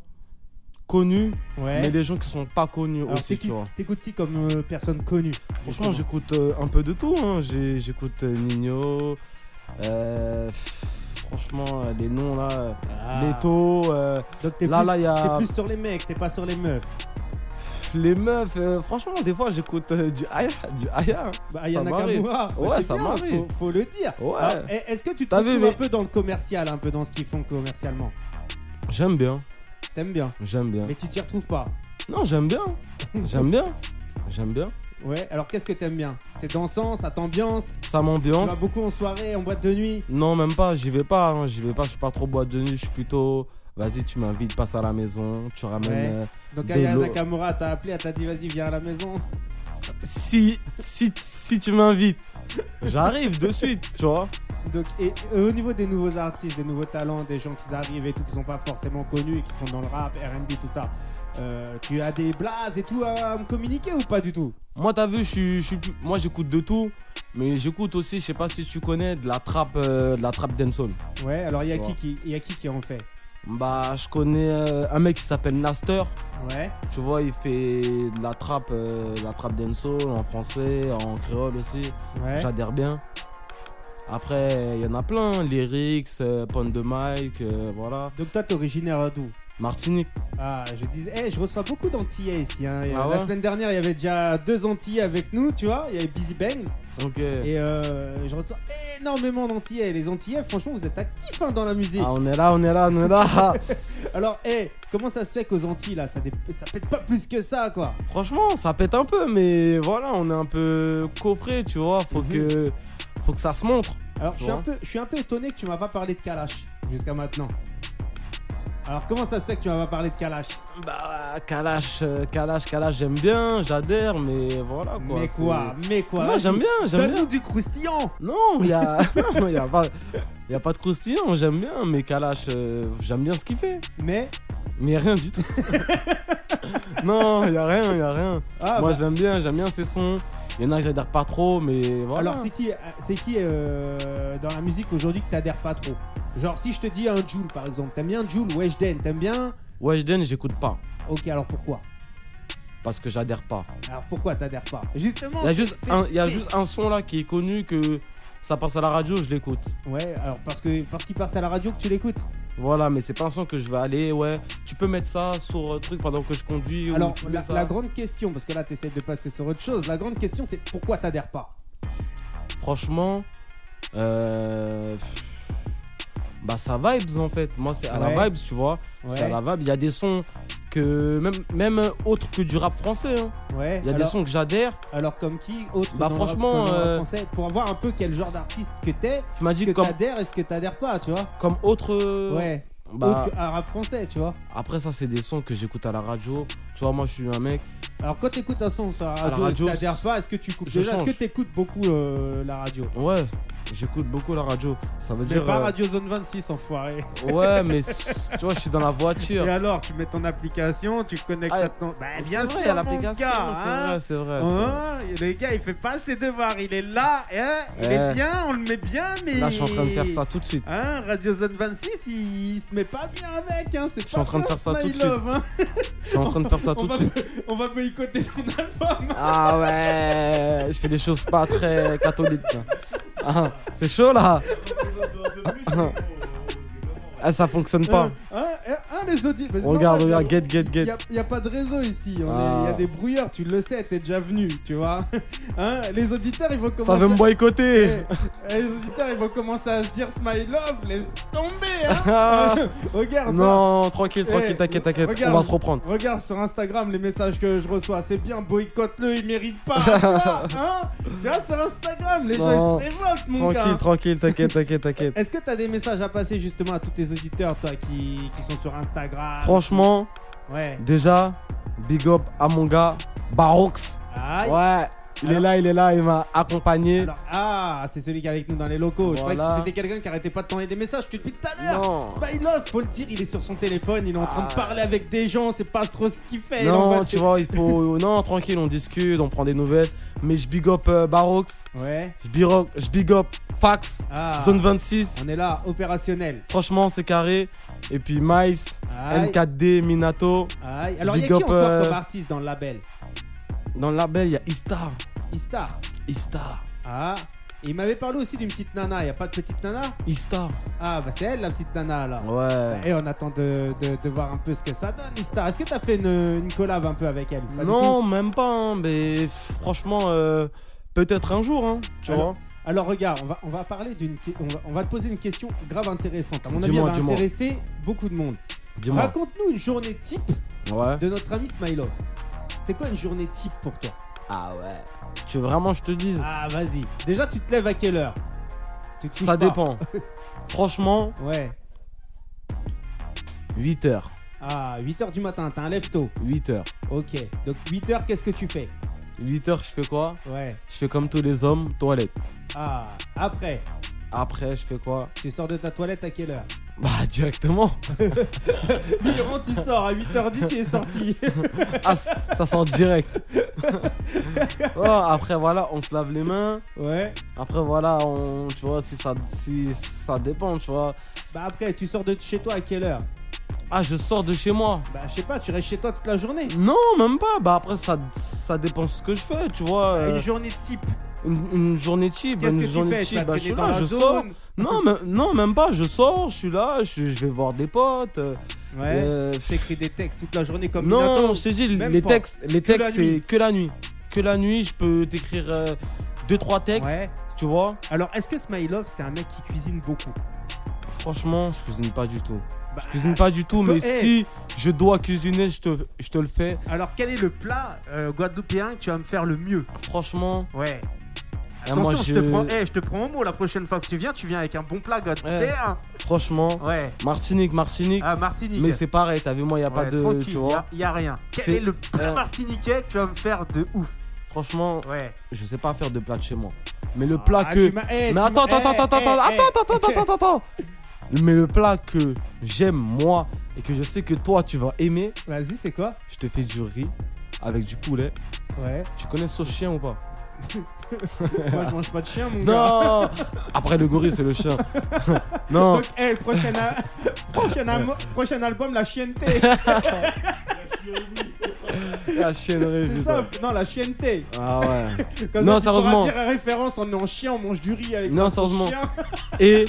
connus, mais ouais. les gens qui sont pas connus Alors, aussi, t'écoutes- tu vois. t'écoutes qui comme euh, personne connue Franchement, justement j'écoute euh, un peu de tout. hein. J'ai- J'écoute euh, Nino. euh, pff, franchement, euh, les noms là. euh, Ah. Leto. euh, Donc t'es là, plus, là, il y t'es a plus sur les mecs, t'es pas sur les meufs. les meufs. euh, franchement, des fois, j'écoute euh, du Aya. Du Aya. hein. Bah, Aya Ça m'arrive. Nakamura, bah, Ouais, c'est ça bien, m'arrive. Faut, faut le dire. Ouais. Ah, et- Est-ce que tu te T'as vu, retrouves mais- un peu dans le commercial, un peu dans ce qu'ils font commercialement J'aime bien. T'aimes bien, J'aime bien. mais tu t'y retrouves pas. Non, j'aime bien. J'aime bien. J'aime bien. Ouais. Alors qu'est-ce que t'aimes bien C'est dansant, ça t'ambiance. Ça Tu vas m'ambiance. beaucoup en soirée, en boîte de nuit. Non, même pas. J'y vais pas. hein, J'y vais pas. Je suis pas trop boîte de nuit. Je suis plutôt. Vas-y, tu m'invites, passe à la maison. Tu ramènes. Ouais. euh, Donc De Aya l'eau. Nakamura t'a appelé, elle t'a dit vas-y viens à la maison. si, si, si tu m'invites, j'arrive de suite, tu vois. Donc et, et au niveau des nouveaux artistes, des nouveaux talents, des gens qui arrivent et tout, qui sont pas forcément connus et qui sont dans le rap, R&B, tout ça. euh, tu as des blases et tout à me communiquer ou pas du tout Moi, t'as vu, je suis, je suis plus- moi j'écoute de tout, Mais j'écoute aussi, je sais pas si tu connais, de la trappe, euh, de la trappe dancehall. Ouais, alors il y a Tu qui qui vois. il y a qui qui en fait Bah, je connais euh, un mec qui s'appelle Naster. Ouais. Tu vois, il fait de la trappe, euh, de la trappe dancehall en français, en créole aussi. Ouais. J'adhère bien. Après, il y en a plein, Lyrics, euh, Pond de Mike, euh, voilà. Donc toi t'es originaire d'où Martinique. Ah, je disais, eh, je reçois beaucoup d'Antillais ici. hein. Et, euh, Ah La ouais semaine dernière, il y avait déjà deux Antillais avec nous, tu vois. Il y avait Busy Bang. Ok. Et euh, je reçois énormément d'Antillais. Et Les Antillais, franchement, vous êtes actifs hein, dans la musique. Ah, on est là, on est là, on est là. Alors, eh, comment ça se fait qu'aux Antilles, là, ça, dé- ça pète pas plus que ça, quoi Franchement, ça pète un peu, mais voilà, on est un peu coffré, tu vois. Faut Mhm. que, faut que ça se montre. Alors, je suis, Ouais. un peu, je suis un peu étonné que tu m'as pas parlé de Kalash jusqu'à maintenant. Alors, comment ça se fait que tu m'as pas parlé de Kalash Bah, Kalash, euh, Kalash, Kalash, j'aime bien, j'adhère, mais voilà quoi. Mais c'est- quoi Mais quoi Non, Vas-y, j'aime bien, j'aime bien. Donne-nous du croustillant Non, il y a, non, y a pas, y a pas de croustillant, j'aime bien, mais Kalash, euh, j'aime bien ce qu'il fait. Mais. Mais rien du tout. non, il y a rien, il y a rien. Ah, Moi, bah, je l'aime bien, j'aime bien ses sons. Il y en a que j'adhère pas trop, mais voilà. Alors, c'est qui, c'est qui euh, dans la musique aujourd'hui que t'adhères pas trop Genre, si je te dis un Joule par exemple, t'aimes bien Joule, Weshden, t'aimes bien Weshden, j'écoute pas, Ok, alors pourquoi parce que j'adhère pas. Alors pourquoi t'adhères pas Justement Il y a juste c'est- un, il y a c'est- juste un son là qui est connu que ça passe à la radio, je l'écoute. Ouais, alors parce que parce qu'il passe à la radio que tu l'écoutes. Voilà, mais c'est pas un son que je vais aller, ouais. Tu peux mettre ça sur un truc pendant que je conduis. ou Alors, tu mets la, ça. la grande question, parce que là t'essaies de passer sur autre chose, la grande question c'est pourquoi t'adhères pas Franchement, euh, pff, bah ça vibes en fait. Moi, c'est à Ouais. la vibes, tu vois. C'est à Ouais, la vibe. Il y a des sons que même, même autre que du rap français. hein. ouais. Il y a alors, des sons que j'adhère. Alors comme qui autre Bah, dans le rap- franchement, dans le rap euh, français, pour voir un peu quel genre d'artiste que t'es, Tu m'as est-ce dit que comme, t'adhères, est-ce que t'adhères pas, tu vois comme autre. Ouais. Bah, Autre que un rap français, tu vois. Après, ça, c'est des sons que j'écoute à la radio. Tu vois, moi, je suis un mec. Alors quand t'écoutes un son sur la la radio, radio, et que t'adhères pas, est-ce que tu coupes je déjà Est-ce change. que t'écoutes beaucoup euh, la radio Ouais, j'écoute beaucoup la radio. Ça veut Mais dire. pas euh, Radio Zone 26 enfoiré. Ouais, mais tu vois, je suis dans la voiture. Et alors, tu mets ton application, tu connectes Ah, à ton. Bah, bien c'est vrai, sûr, il y a mon l'application. gars, C'est hein. vrai, c'est vrai. c'est vrai. Hein, et le gars, il fait pas ses devoirs, il est là, hein, il Eh. est bien, on le met bien, mais. Là, je suis en train de faire ça tout de suite. Hein, Radio Zone 26, il, il se met pas bien avec, hein, c'est pas suis en train de faire ça tout de Smile Love, hein. Je suis en train de faire ça on, tout de va, suite. on va boycotter son album. Ah ouais, je fais des choses pas très catholiques. Ah, c'est chaud là. Ah, ça fonctionne pas. Hein, hein, hein, les audits. Vas-y, Regarde, non, regarde, y a- get, get, y a- get. y a pas de réseau ici. Il y Ah. a des brouilleurs, tu le sais, t'es déjà venu, tu vois. Hein, les auditeurs, ils vont commencer. Ça veut me boycotter. Eh, eh, les auditeurs, ils vont commencer à se dire Smile Love, laisse tomber, hein. Ah. Regarde. Non, tranquille, tranquille, Eh, t'inquiète, t'inquiète. On regarde. va se reprendre. Regarde sur Instagram les messages que je reçois, c'est bien, boycotte-le, il mérite pas. tu, vois, hein tu vois, sur Instagram, les gens Non. ils se révoltent, mon Tranquille, gars. tranquille, t'inquiète, t'inquiète, t'inquiète. Est-ce que t'as des messages à passer justement à tous tes auditeurs, toi, qui, qui sont sur Instagram Franchement, Ouais. déjà, big up à mon gars, Barox. Aïe. Ouais, il est là, il est là, il m'a accompagné. Alors, ah, c'est celui qui est avec nous dans les locaux. Je croyais Voilà. que c'était quelqu'un qui arrêtait pas de t'envoyer des messages depuis tout à l'heure. Non. Smile Love, faut le dire, il est sur son téléphone, il est en train de Ah. parler avec des gens, c'est pas trop ce qu'il fait. il Non, envoie tu ses- vois, il faut. Non, tranquille, on discute, on prend des nouvelles. Mais je big up euh, Barox, Ouais. je big up, je big up Fax, Ah. Zone 26. On est là, opérationnel. Franchement, c'est carré. Et puis Mice, Aïe. N4D, Minato. Aïe. Alors, il y a Big qui up, encore euh, comme artiste dans le label Dans le label, il y a Istar. Istar. Istar. Ah. Et il m'avait parlé aussi d'une petite nana. Il y a pas de petite nana Istar. Ah, bah c'est elle la petite nana alors. Ouais. Et on attend de, de- de voir un peu ce que ça donne, Istar. Est-ce que t'as fait une, une collab un peu avec elle Pas du tout. Non, même pas, hein, mais franchement, euh, peut-être un jour, hein, tu Alors, vois. Alors regarde, on va, on va parler d'une, que- on va, on va te poser une question grave intéressante. À mon avis, elle Dis-moi, va dis-moi. intéresser beaucoup de monde. Dis-moi. Raconte-nous une journée type Ouais. de notre ami Smilo. C'est quoi une journée type pour toi Ah ouais. Tu veux vraiment que je te dise Ah vas-y. Déjà, tu te lèves à quelle heure Tu te couches Ça pas. dépend. franchement, Ouais. 8h. Ah, 8h du matin, t'as un lève tôt. 8h. Ok. Donc 8h, qu'est-ce que tu fais 8h, je fais quoi Ouais. Je fais comme tous les hommes, toilette. Ah, après, Après, je fais quoi tu sors de ta toilette à quelle heure Bah, directement. Lui, il rentre, il sort. À 8h10, il est sorti. Ah, c- ça sort direct. Oh, après, voilà, on se lave les mains. Ouais. Après, voilà, on, tu vois, si ça, si ça dépend, tu vois. Bah, après, tu sors de chez toi à quelle heure Ah, je sors de chez moi. Bah, je sais pas, tu restes chez toi toute la journée. Non, même pas. Bah, après, ça, ça dépend ce que je fais, tu vois. euh, Une journée type. Une, une journée type, Ah Qu'est-ce une que tu journée fais Tu vas type. Bah, je traîner suis dans là, la je zone sors. Non, même, non, même pas. Je sors, je suis là, je, je vais voir des potes. euh, Ouais. euh, T'écris des textes toute la journée comme non, Minato. je t'ai dit, même les pas. textes, les Que la textes, nuit. c'est que la nuit. Que la nuit, je peux t'écrire euh, deux, trois textes, Ouais. tu vois. Alors, est-ce que Smilov, c'est un mec qui cuisine beaucoup Franchement, je cuisine pas du tout. Bah, Je cuisine pas du tout, mais eh. si je dois cuisiner, je te, je te le fais. Alors, quel est le plat euh, guadeloupéen que tu vas me faire le mieux Franchement, Ouais. eh, Attention, moi, je... je, te prends, eh, je te prends au mot la prochaine fois que tu viens, tu viens avec un bon plat guadeloupéen. franchement, Ouais. Martinique, Martinique. Ah, Martinique. mais c'est pareil, t'as vu, moi, y a pas Ouais, de, tranquille, tu vois. y a- y a rien. Quel C'est- est le plat Euh. martiniquais que tu vas me faire de ouf Franchement, Ouais. Ah, je sais pas faire de plat de chez moi. Mais le plat que, eh, Mais attends, attends, attends, attends, attends, attends, attends, attends, attends, attends. Mais le plat que j'aime moi et que je sais que toi tu vas aimer, Vas-y, c'est quoi je te fais du riz avec du poulet. Ouais. Tu connais ce chien ou pas Moi, je mange pas de chien, mon gars. Non Après le gorille c'est le chien. non, Oh. Donc, eh, prochain, a- prochain, am- prochain album, la chienneté. la chiennerie. C'est putain. simple. Non, la chienneté. Ah ouais. Comme Non, ça, tu sérieusement. pourras dire à référence, on est en chien, on mange du riz avec Non, notre sérieusement. chien. Et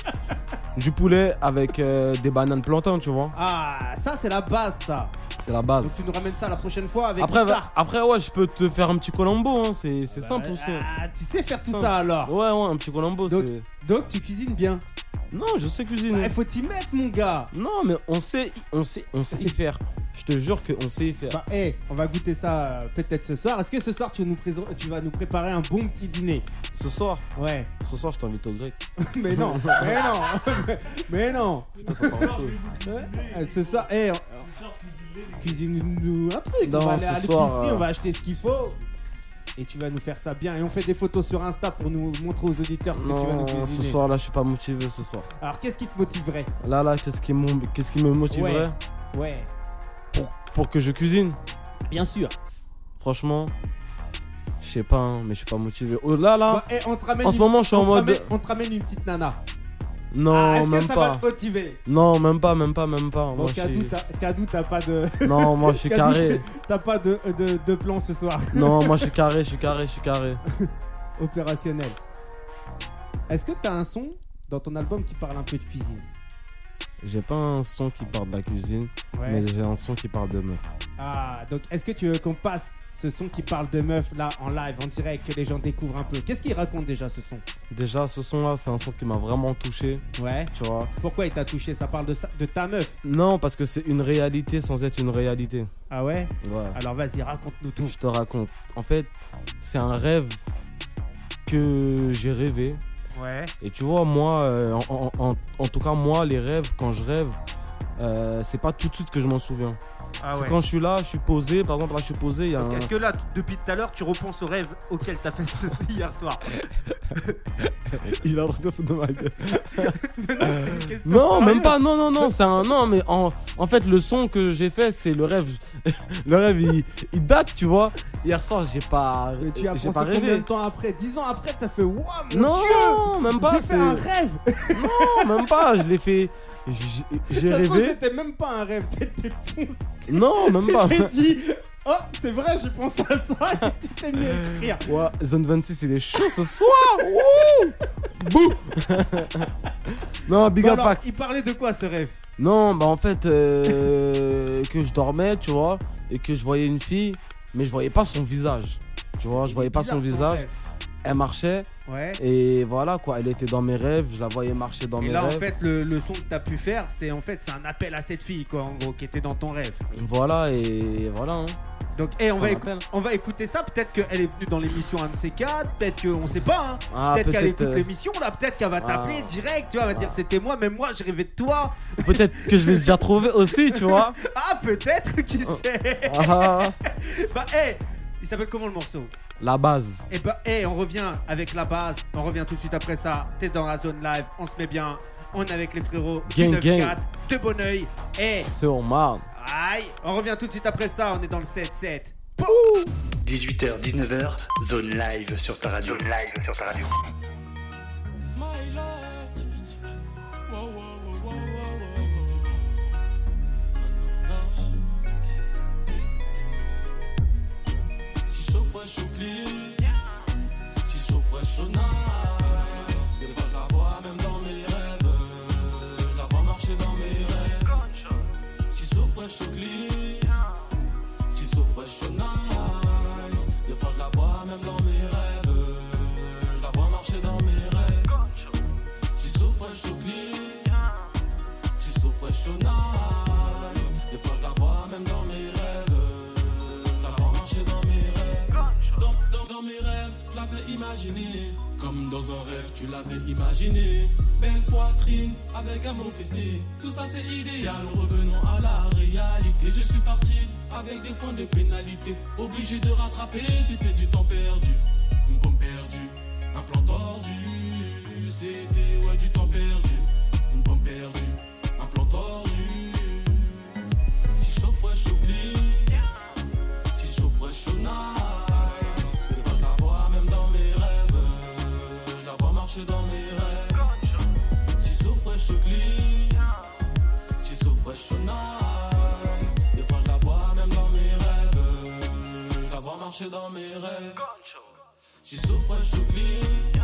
du poulet avec euh, des bananes plantains, tu vois. Ah, ça, c'est la base, ça. C'est la base. Donc, tu nous ramènes ça la prochaine fois avec Après, du va- tarte. après ouais, je peux te faire un petit colombo, hein. c'est c'est simple aussi. hein. Ah, tu sais faire tout Simple. ça alors. Ouais, ouais, un petit colombo, Donc- c'est. Donc, tu cuisines bien. Non, je sais cuisiner. Il faut t'y mettre, mon gars. Non, mais on sait, on sait, on sait y faire. Je te jure qu'on sait y faire. Bah, hey, on va goûter ça euh, peut-être ce soir. Est-ce que ce soir tu, nous présentes- tu vas nous préparer un bon petit dîner ce soir, Ouais. ce soir, je t'invite au grec. Mais non, mais non, mais, mais non. Putain, ça part en couille. Euh, Ce soir, hey, cuisine-nous un truc. Non, on va aller ce à soir, l'épicerie, euh, on va acheter ce qu'il faut. Et tu vas nous faire ça bien. Et on fait des photos sur Insta pour nous montrer aux auditeurs ce que tu vas nous Non, ce cuisiner. soir là, je suis pas motivé ce soir. Alors, qu'est-ce qui te motiverait Là, là, qu'est-ce qui, me- qu'est-ce qui me motiverait Ouais. Ouais, pour, pour que je cuisine bien sûr. Franchement, je sais pas, hein, mais je suis pas motivé. Oh là là, Bah, hey, on te ramène en ce moment, je suis en on te mode. ramène- on te ramène une petite nana. Non, ah, est-ce que même ça va pas. te motiver Non, même pas, même pas, même pas. Bon, hein. moi, je Kadou, suis... t'as- Kadou, t'as pas de. Non, moi, je suis Kadou, carré. T'as pas de, de, de plan ce soir Non, moi, je suis carré, je suis carré, je suis carré. opérationnel. Est-ce que t'as un son dans ton album qui parle un peu de cuisine J'ai pas un son qui parle de la cuisine, mais j'ai un son qui parle de meuf. Ah, donc est-ce que tu veux qu'on passe ce son qui parle de meuf là en live, en direct, que les gens découvrent un peu Qu'est-ce qu'il raconte déjà ce son Déjà, ce son-là, c'est un son qui m'a vraiment touché, Ouais. tu vois. Pourquoi il t'a touché Ça parle de, ça- de ta meuf. Non, parce que c'est une réalité sans être une réalité. Ah ouais Ouais. Alors vas-y, raconte-nous tout. Je te raconte. En fait, c'est un rêve que j'ai rêvé. Ouais. Et tu vois, moi, euh, en, en- en- en tout cas, moi, les rêves, quand je rêve, euh, c'est pas tout de suite que je m'en souviens. Ah c'est quand je suis là, je suis posé. Par exemple, là, je suis posé, il y a un... que là, depuis tout à l'heure, tu repenses au rêve auquel t'as fait hier soir Il est en train de foutre de ma gueule. Non, Non, même pas, non, non, non, c'est un. Non, mais en, en fait, le son que j'ai fait, c'est le rêve. le rêve, il, il date, tu vois. Hier soir, j'ai pas. Mais tu as J'ai pensé pas combien de rêvé. temps après 10 ans après, t'as fait Waouh, mon Non, Dieu même pas. J'ai c'est- fait un rêve Non, même pas. Je l'ai fait. j'ai- J'ai Ça se trouve, rêvé. C'était même pas un rêve, t'étais foncé, Non, même pas. t'étais dit. Oh, c'est vrai, j'ai pensé à ça et tu t'es mis à écrire. Ouais, zone 26, il est chaud ce soir. Ouh Bouh Non, big Bah up, alors, Axe. il parlait de quoi ce rêve Non, bah en fait, euh, que je dormais, tu vois, et que je voyais une fille, mais je voyais pas son visage. Tu vois, je voyais pas son visage. Elle marchait. Ouais. Et voilà quoi, elle était dans mes rêves, je la voyais marcher dans Et mes là, en rêves. fait, le, le son que t'as pu faire, c'est en fait c'est un appel à cette fille, quoi, en gros, qui était dans ton rêve. Voilà et voilà. hein. Donc, eh, on, Ça va écou- m'appelle. on va écouter ça. Peut-être qu'elle est venue dans l'émission un de ces quatre. Peut-être qu'on sait pas. Hein. Ah, peut-être qu'elle peut-être, écoute euh, l'émission là. Peut-être qu'elle va t'appeler Ah. direct. Tu vois, elle va dire c'était moi, même moi, je rêvais de toi. Peut-être que je l'ai déjà trouvé aussi, tu vois. Ah, peut-être, qui Oh. sait Ah, Bah, eh Il s'appelle comment le morceau la base. ben, eh, Et bah, eh, on revient avec la base. On revient tout de suite après ça. T'es dans la zone live. On se met bien. On est avec les frérots Gang, 9-4 de Bonneuil. Eh, Sur Marne. aïe, on revient tout de suite après ça, on est dans le 7-7. 18h, 19h, zone live sur ta radio. Zone live sur ta radio. It's my life. Whoa, whoa, whoa, whoa, whoa, whoa. Si chaque fois j'oublie, si chaque fois je nage, des fois je la vois même dans mes rêves, je la vois marcher dans mes rêves. Si chaque fois j'oublie, si chaque fois je nage, des fois je la vois même dans mes rêves, je la vois marcher dans mes rêves. Si souffre, je t'oublie. Si souffre, je nice. Des fois, je la vois même dans mes rêves. Je la vois marcher dans mes rêves. Dans, dans, dans mes rêves, je l'avais imaginé. Comme dans un rêve, tu l'avais imaginé. Belle poitrine avec un bon fessier. Tout ça, c'est idéal. Revenons à la réalité. Je suis parti avec des points de pénalité. Obligé de rattraper, c'était du temps perdu. Une pomme perdue, un plan tordu. C'était ouais, du temps perdu. Une pomme perdue, un plan tordu. Si chaud, fois j'oublie. Si chaud, fois je nice. Des fois, je la vois même dans mes rêves. Je la vois marcher dans mes rêves. Si chaud, fois j'oublie. Si chaud, fois je nice. Des fois, je la vois même dans mes rêves. Je la vois marcher dans mes rêves. Si souffre, je t'oublie.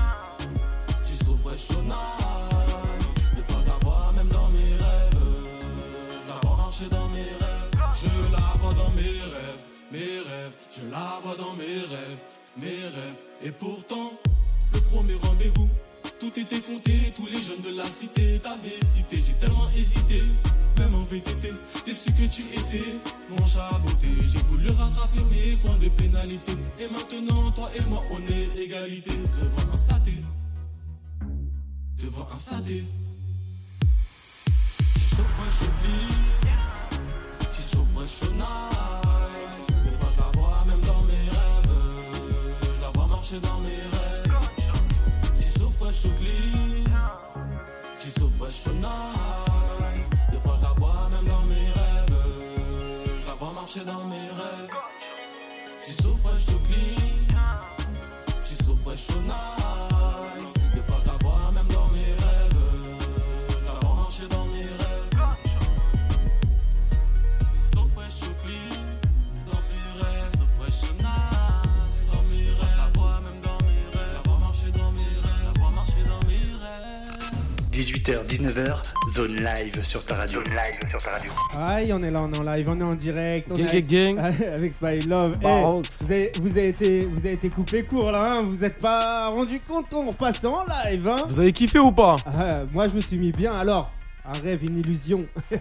Si souffre, je suis nice. Des fois, je la vois même dans mes rêves. Je la vois marcher dans mes rêves. Je la vois dans mes rêves. Mes rêves. Je la vois dans mes rêves. Mes rêves. Et pourtant, le premier rendez-vous. Tout était compté, tous les jeunes de la cité t'avaient cité. J'ai tellement hésité, même en VTT, j'ai su que tu étais mon chaboté. J'ai voulu rattraper mes points de pénalité. Et maintenant, toi et moi, on est égalité devant un saté. Devant un saté. Si chaud, moi j'oublie. Si chaud, moi je nice. Des fois, je la vois même dans mes rêves. Je la vois marcher dans mes rêves. Si souffre, je t'oublie. Si souffre, je nice. Des fois, je la vois même dans mes rêves. Je la vois marcher dans mes rêves. Si souffre, je t'oublie. Si souffre, je nice. Des fois, je la vois même dans mes rêves. Je la vois marcher dans mes rêves. Si souffre, je t'oublie. Dans mes rêves. Si souffre, je nice. Dans mes rêves. Je la vois même dans mes rêves. La vois marcher dans mes rêves. La vois marcher dans mes rêves. 18h, 19h, zone live sur ta radio. Zone live sur ta radio. Aïe, on est là, on est en live, on est en direct. On Gang, est gang, gang. avec, avec Spy Love. Eh, Barox. vous, avez, vous avez été, vous avez été coupé court là, hein. vous êtes pas rendu compte qu'on repassait en live. Hein Vous avez kiffé ou pas Ah, moi, je me suis mis bien. Alors, un rêve, une illusion.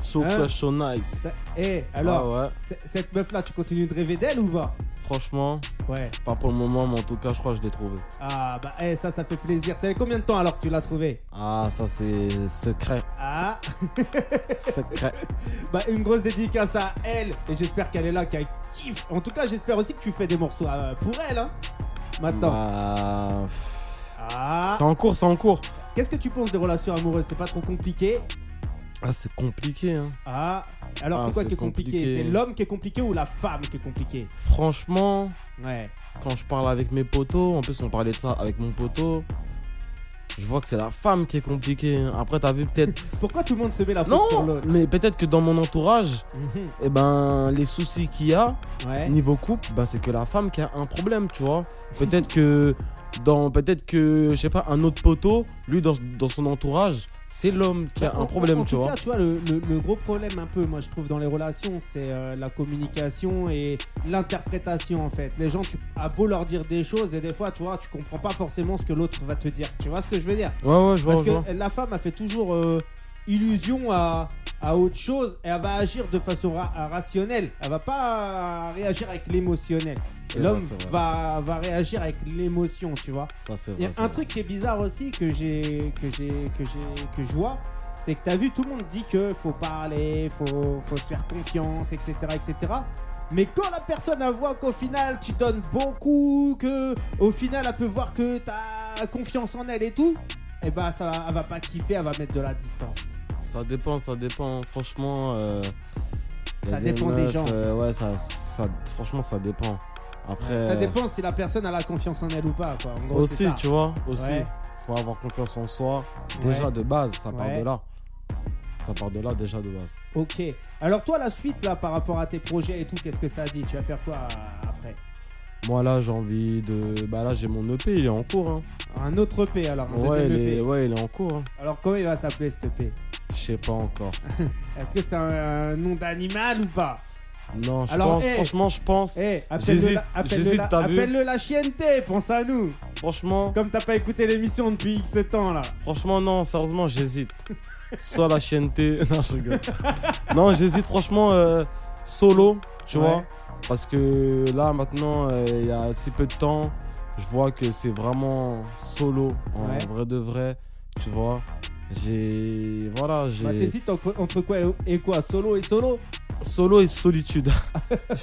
Sauf Hein la show nice. Eh, alors, Ah ouais. c- cette meuf là, tu continues de rêver d'elle ou pas Franchement, Ouais. pas pour le moment, mais en tout cas, je crois que je l'ai trouvé. Ah bah eh, ça, ça fait plaisir. Ça fait combien de temps alors que tu l'as trouvé Ah, ça c'est secret, Ah secret. Bah une grosse dédicace à elle et j'espère qu'elle est là, qu'elle kiffe. En tout cas, j'espère aussi que tu fais des morceaux euh, pour elle. Hein, maintenant. Bah, pff, Ah. C'est en cours, c'est en cours. Qu'est-ce que tu penses des relations amoureuses C'est pas trop compliqué Ah, c'est compliqué, hein. Ah. Alors Ah, c'est quoi c'est qui est compliqué, compliqué. C'est l'homme qui est compliqué ou la femme qui est compliquée Franchement, Ouais. quand je parle avec mes potos, en plus on parlait de ça avec mon poteau, je vois que c'est la femme qui est compliquée. hein. Après, t'as vu peut-être. Pourquoi tout le monde se met la faute sur non l'autre Mais peut-être que dans mon entourage, Mhm. eh ben, les soucis qu'il y a, Ouais. niveau couple, ben, c'est que la femme qui a un problème, tu vois. Peut-être que. Dans, peut-être que, je sais pas, un autre poteau, lui, dans, dans son entourage, c'est l'homme qui a En- en- un problème, en tu tout vois. cas, tu vois, le, le- le gros problème un peu, moi je trouve dans les relations, c'est euh, la communication et l'interprétation en fait. Les gens, tu as beau leur dire des choses et des fois, tu vois, tu comprends pas forcément ce que l'autre va te dire. Tu vois ce que je veux dire Ouais, ouais, je vois, Parce je vois. que la femme a fait toujours euh, illusion à, à autre chose et elle va agir de façon ra- à rationnelle. Elle va pas euh, réagir avec l'émotionnel. C'est vrai, L'homme c'est vrai. va, va réagir avec l'émotion, tu vois. Ça, c'est Il y a vrai, c'est un vrai. truc qui est bizarre aussi que j'ai que j'ai que j'ai que je vois, c'est que t'as vu tout le monde dit que faut parler, faut faut se faire confiance, etc., etc. Mais quand la personne elle voit qu'au final tu donnes beaucoup, que au final elle peut voir que t'as confiance en elle et tout, eh ben, ça, va- elle va pas kiffer, elle va mettre de la distance. Ça dépend, ça dépend. Franchement. euh, y a Ça dépend des gens. euh, ouais, ça, ça- franchement, ça dépend. Après. Ça dépend si la personne a la confiance en elle ou pas, quoi. En euh, gros, c'est Aussi, ça. tu vois. Aussi. Ouais. Faut avoir confiance en soi. Déjà Ouais. de base, ça part Ouais. de là. Ça part de là déjà de base. Ok. Alors, toi, la suite, là, par rapport à tes projets et tout, qu'est-ce que ça dit Tu vas faire quoi euh, après Moi là, j'ai envie de. Bah là, j'ai mon EP, il est en cours. Hein. Un autre EP, alors. Un Ouais, il deuxième E est... EP. ouais, il est en cours. hein. Alors, comment il va s'appeler, cet EP Je sais pas encore. Est-ce que c'est un, un nom d'animal ou pas Non, je Alors, pense, hey. franchement, je pense. Eh, appelle-le J'hésite, la, appelle j'hésite, la, t'as vu appelle-le la chienneté, pense à nous. Franchement, Comme t'as pas écouté l'émission depuis X temps, là. franchement, non, sérieusement, j'hésite. Soit la chaîne T. Non, je rigole. non, j'hésite, franchement, euh, solo, tu Ouais. vois. Parce que là, maintenant, euh, il y a si peu de temps, je vois que c'est vraiment solo, en Ouais. vrai de vrai, tu vois. J'ai. Voilà, j'ai. Bah, t'hésites entre, entre quoi et- et quoi Solo et solo solo et solitude.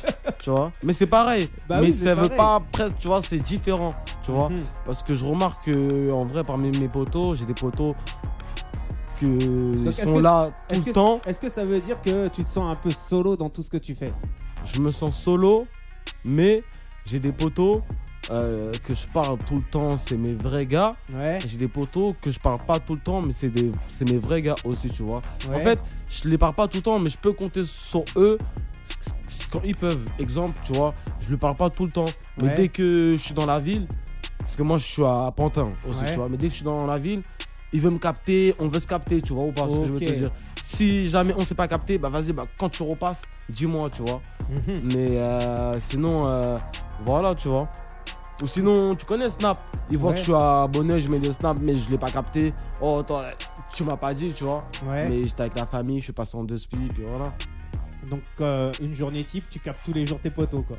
tu vois Mais c'est pareil. Bah mais oui, c'est ça veut pareil. pas presque, tu vois, c'est différent. Tu vois Mhm. Parce que je remarque que en vrai parmi mes potos, j'ai des potos que ils est-ce sont que- là est-ce tout que- le temps. Est-ce que ça veut dire que tu te sens un peu solo dans tout ce que tu fais Je me sens solo, mais j'ai des potos euh, que je parle tout le temps, c'est mes vrais gars. Ouais. J'ai des potos que je parle pas tout le temps, mais c'est des c'est mes vrais gars aussi, tu vois. ouais. En fait, je les parle pas tout le temps, mais je peux compter sur eux quand ils peuvent. Exemple, tu vois, je lui parle pas tout le temps, mais Ouais. dès que je suis dans la ville, parce que moi je suis à Pantin aussi, Ouais. tu vois, mais dès que je suis dans la ville, il veut me capter, on veut se capter, tu vois, ou pas, ce que je veux Ok. te dire. Si jamais on s'est pas capté, bah vas-y, bah quand tu repasses, dis-moi, tu vois. Mhm. Mais euh, sinon, euh, voilà, tu vois. Ou sinon, tu connais Snap. Il voit Ouais. que je suis abonné, je mets des snaps, mais je l'ai pas capté. Oh, toi, tu m'as pas dit, tu vois. Ouais. Mais j'étais avec la famille, je suis passé en deux speed, puis voilà. Donc, euh, une journée type, tu captes tous les jours tes potos, quoi.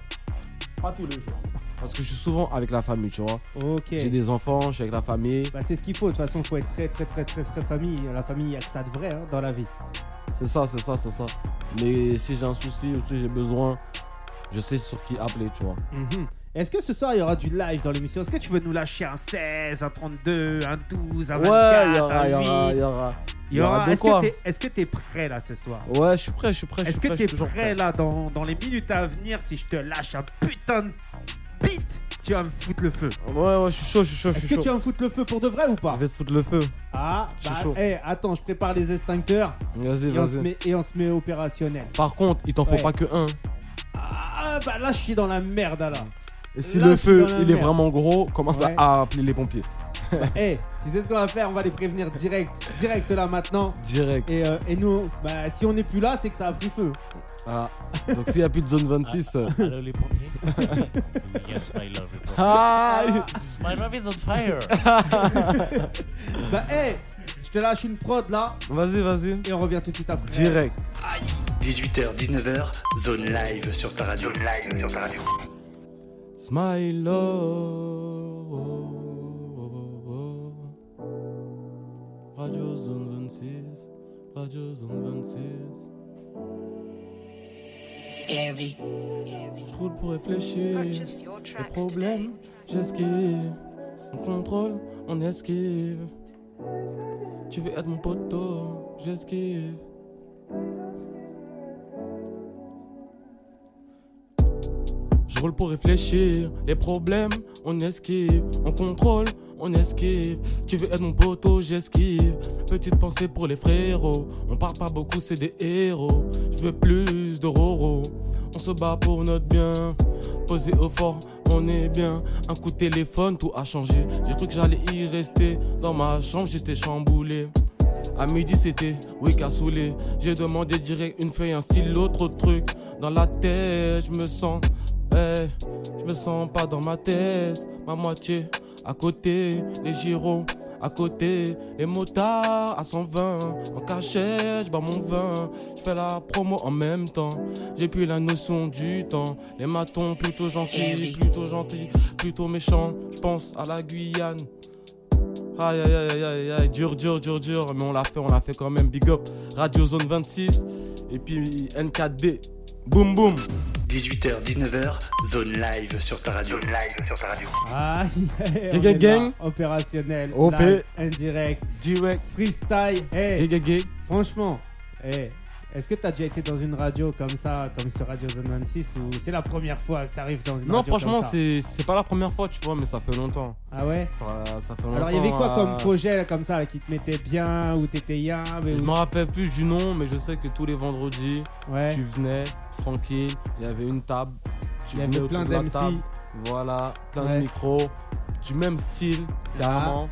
Pas tous les jours. Parce que je suis souvent avec la famille, tu vois. Ok. J'ai des enfants, je suis avec la famille. Bah, c'est ce qu'il faut. De toute façon, faut être très, très, très, très, très famille. La famille, il a que ça de vrai hein, dans la vie. C'est ça, c'est ça, c'est ça. Mais si j'ai un souci ou si j'ai besoin, je sais sur qui appeler, tu vois. Mhm. Est-ce que ce soir il y aura du live dans l'émission Est-ce que tu veux nous lâcher un 16, un 32, un 12, un 24, ouais, il y aura, un il y 8 aura, il y aura. Il y aura- de Est-ce quoi que t'es- est-ce que t'es prêt là ce soir Ouais, je suis prêt, je suis prêt, je Est-ce suis que prêt. t'es je suis toujours prêt, là dans, dans les minutes à venir si je te lâche un putain de beat Tu vas me foutre le feu. Ouais, ouais, je suis chaud, je suis chaud, Est-ce je suis que chaud. tu vas me foutre le feu pour de vrai ou pas Je vais te foutre le feu. Ah, Je suis bah, chaud. eh, attends, je prépare les extincteurs Vas-y, et on, se vas-y. met, et on se met opérationnel. Par contre, il t'en faut Ouais. pas que un. Ah, bah là, je suis dans la merde alors. Et si Là, le je suis feu, dans la il est merde. vraiment gros, commence Ouais. à à appeler les pompiers. Bah, eh, tu sais ce qu'on va faire On va les prévenir direct, direct là maintenant. Direct. Et, euh, et nous, bah, si on n'est plus là, c'est que ça a pris feu. Ah, donc s'il n'y a plus de zone 26. euh, Allô les pompiers Yes, my love. les pompiers. Ah, My love is on fire. Bah, eh, je te lâche une prod là Vas-y, vas-y. et on revient tout de suite après. Direct. 18h, 19h, zone live sur ta radio. live sur ta radio. Smile. oh, oh, Radio Zone 26. Radio Zone 26. Je roule pour réfléchir. Les problèmes, j'esquive. On contrôle, on esquive. Tu veux être mon poteau, j'esquive. Je roule pour réfléchir, les problèmes, on esquive, on contrôle, on esquive. Tu veux être mon poteau, j'esquive. Petite pensée pour les frérots, on parle pas beaucoup, c'est des héros. Je veux plus de roro, on se bat pour notre bien. Posé au fort, on est bien. Un coup de téléphone, tout a changé. J'ai cru que j'allais y rester. Dans ma chambre, j'étais chamboulé. À midi c'était, oui qu'à saouler J'ai demandé direct une feuille, un stylo, trop de trucs Dans la tête, je me sens, eh, je me sens pas dans ma tête Ma moitié, à côté, les gyros à côté, les motards à 120 En cachette, je mon vin Je fais la promo en même temps J'ai plus la notion du temps Les matons plutôt gentils, plutôt gentils Plutôt méchants, je pense à la Guyane Aïe aïe aïe aïe aïe, dur dur dur dur, mais on l'a fait, on l'a fait quand même, big up, Radio Zone 26, et puis N4D, boum boum. 18h, 19h, zone live sur ta radio. live sur ta radio. Ah, yeah, on Gang, gang, est là. gang. Opérationnel. OP. live, indirect. Direct. Freestyle. Gay, Hey, gay, gay. franchement, hey, est-ce que t'as déjà été dans une radio comme ça, comme sur Radio Zone 26, ou c'est la première fois que t'arrives dans une Non, radio comme franchement, ça c'est c'est pas la première fois, tu vois, mais ça fait longtemps. Ah ouais Ça, ça fait longtemps. Alors, il y avait quoi comme euh, projet là, comme ça là, qui te mettait bien, où t'étais bien mais Je où- me rappelle plus du nom, mais je sais que tous les vendredis, Ouais. tu venais tranquille, il y avait une table, tu Il y venais avait autour plein de la d'MC. table, voilà, plein Ouais. de micros, du même style, carrément,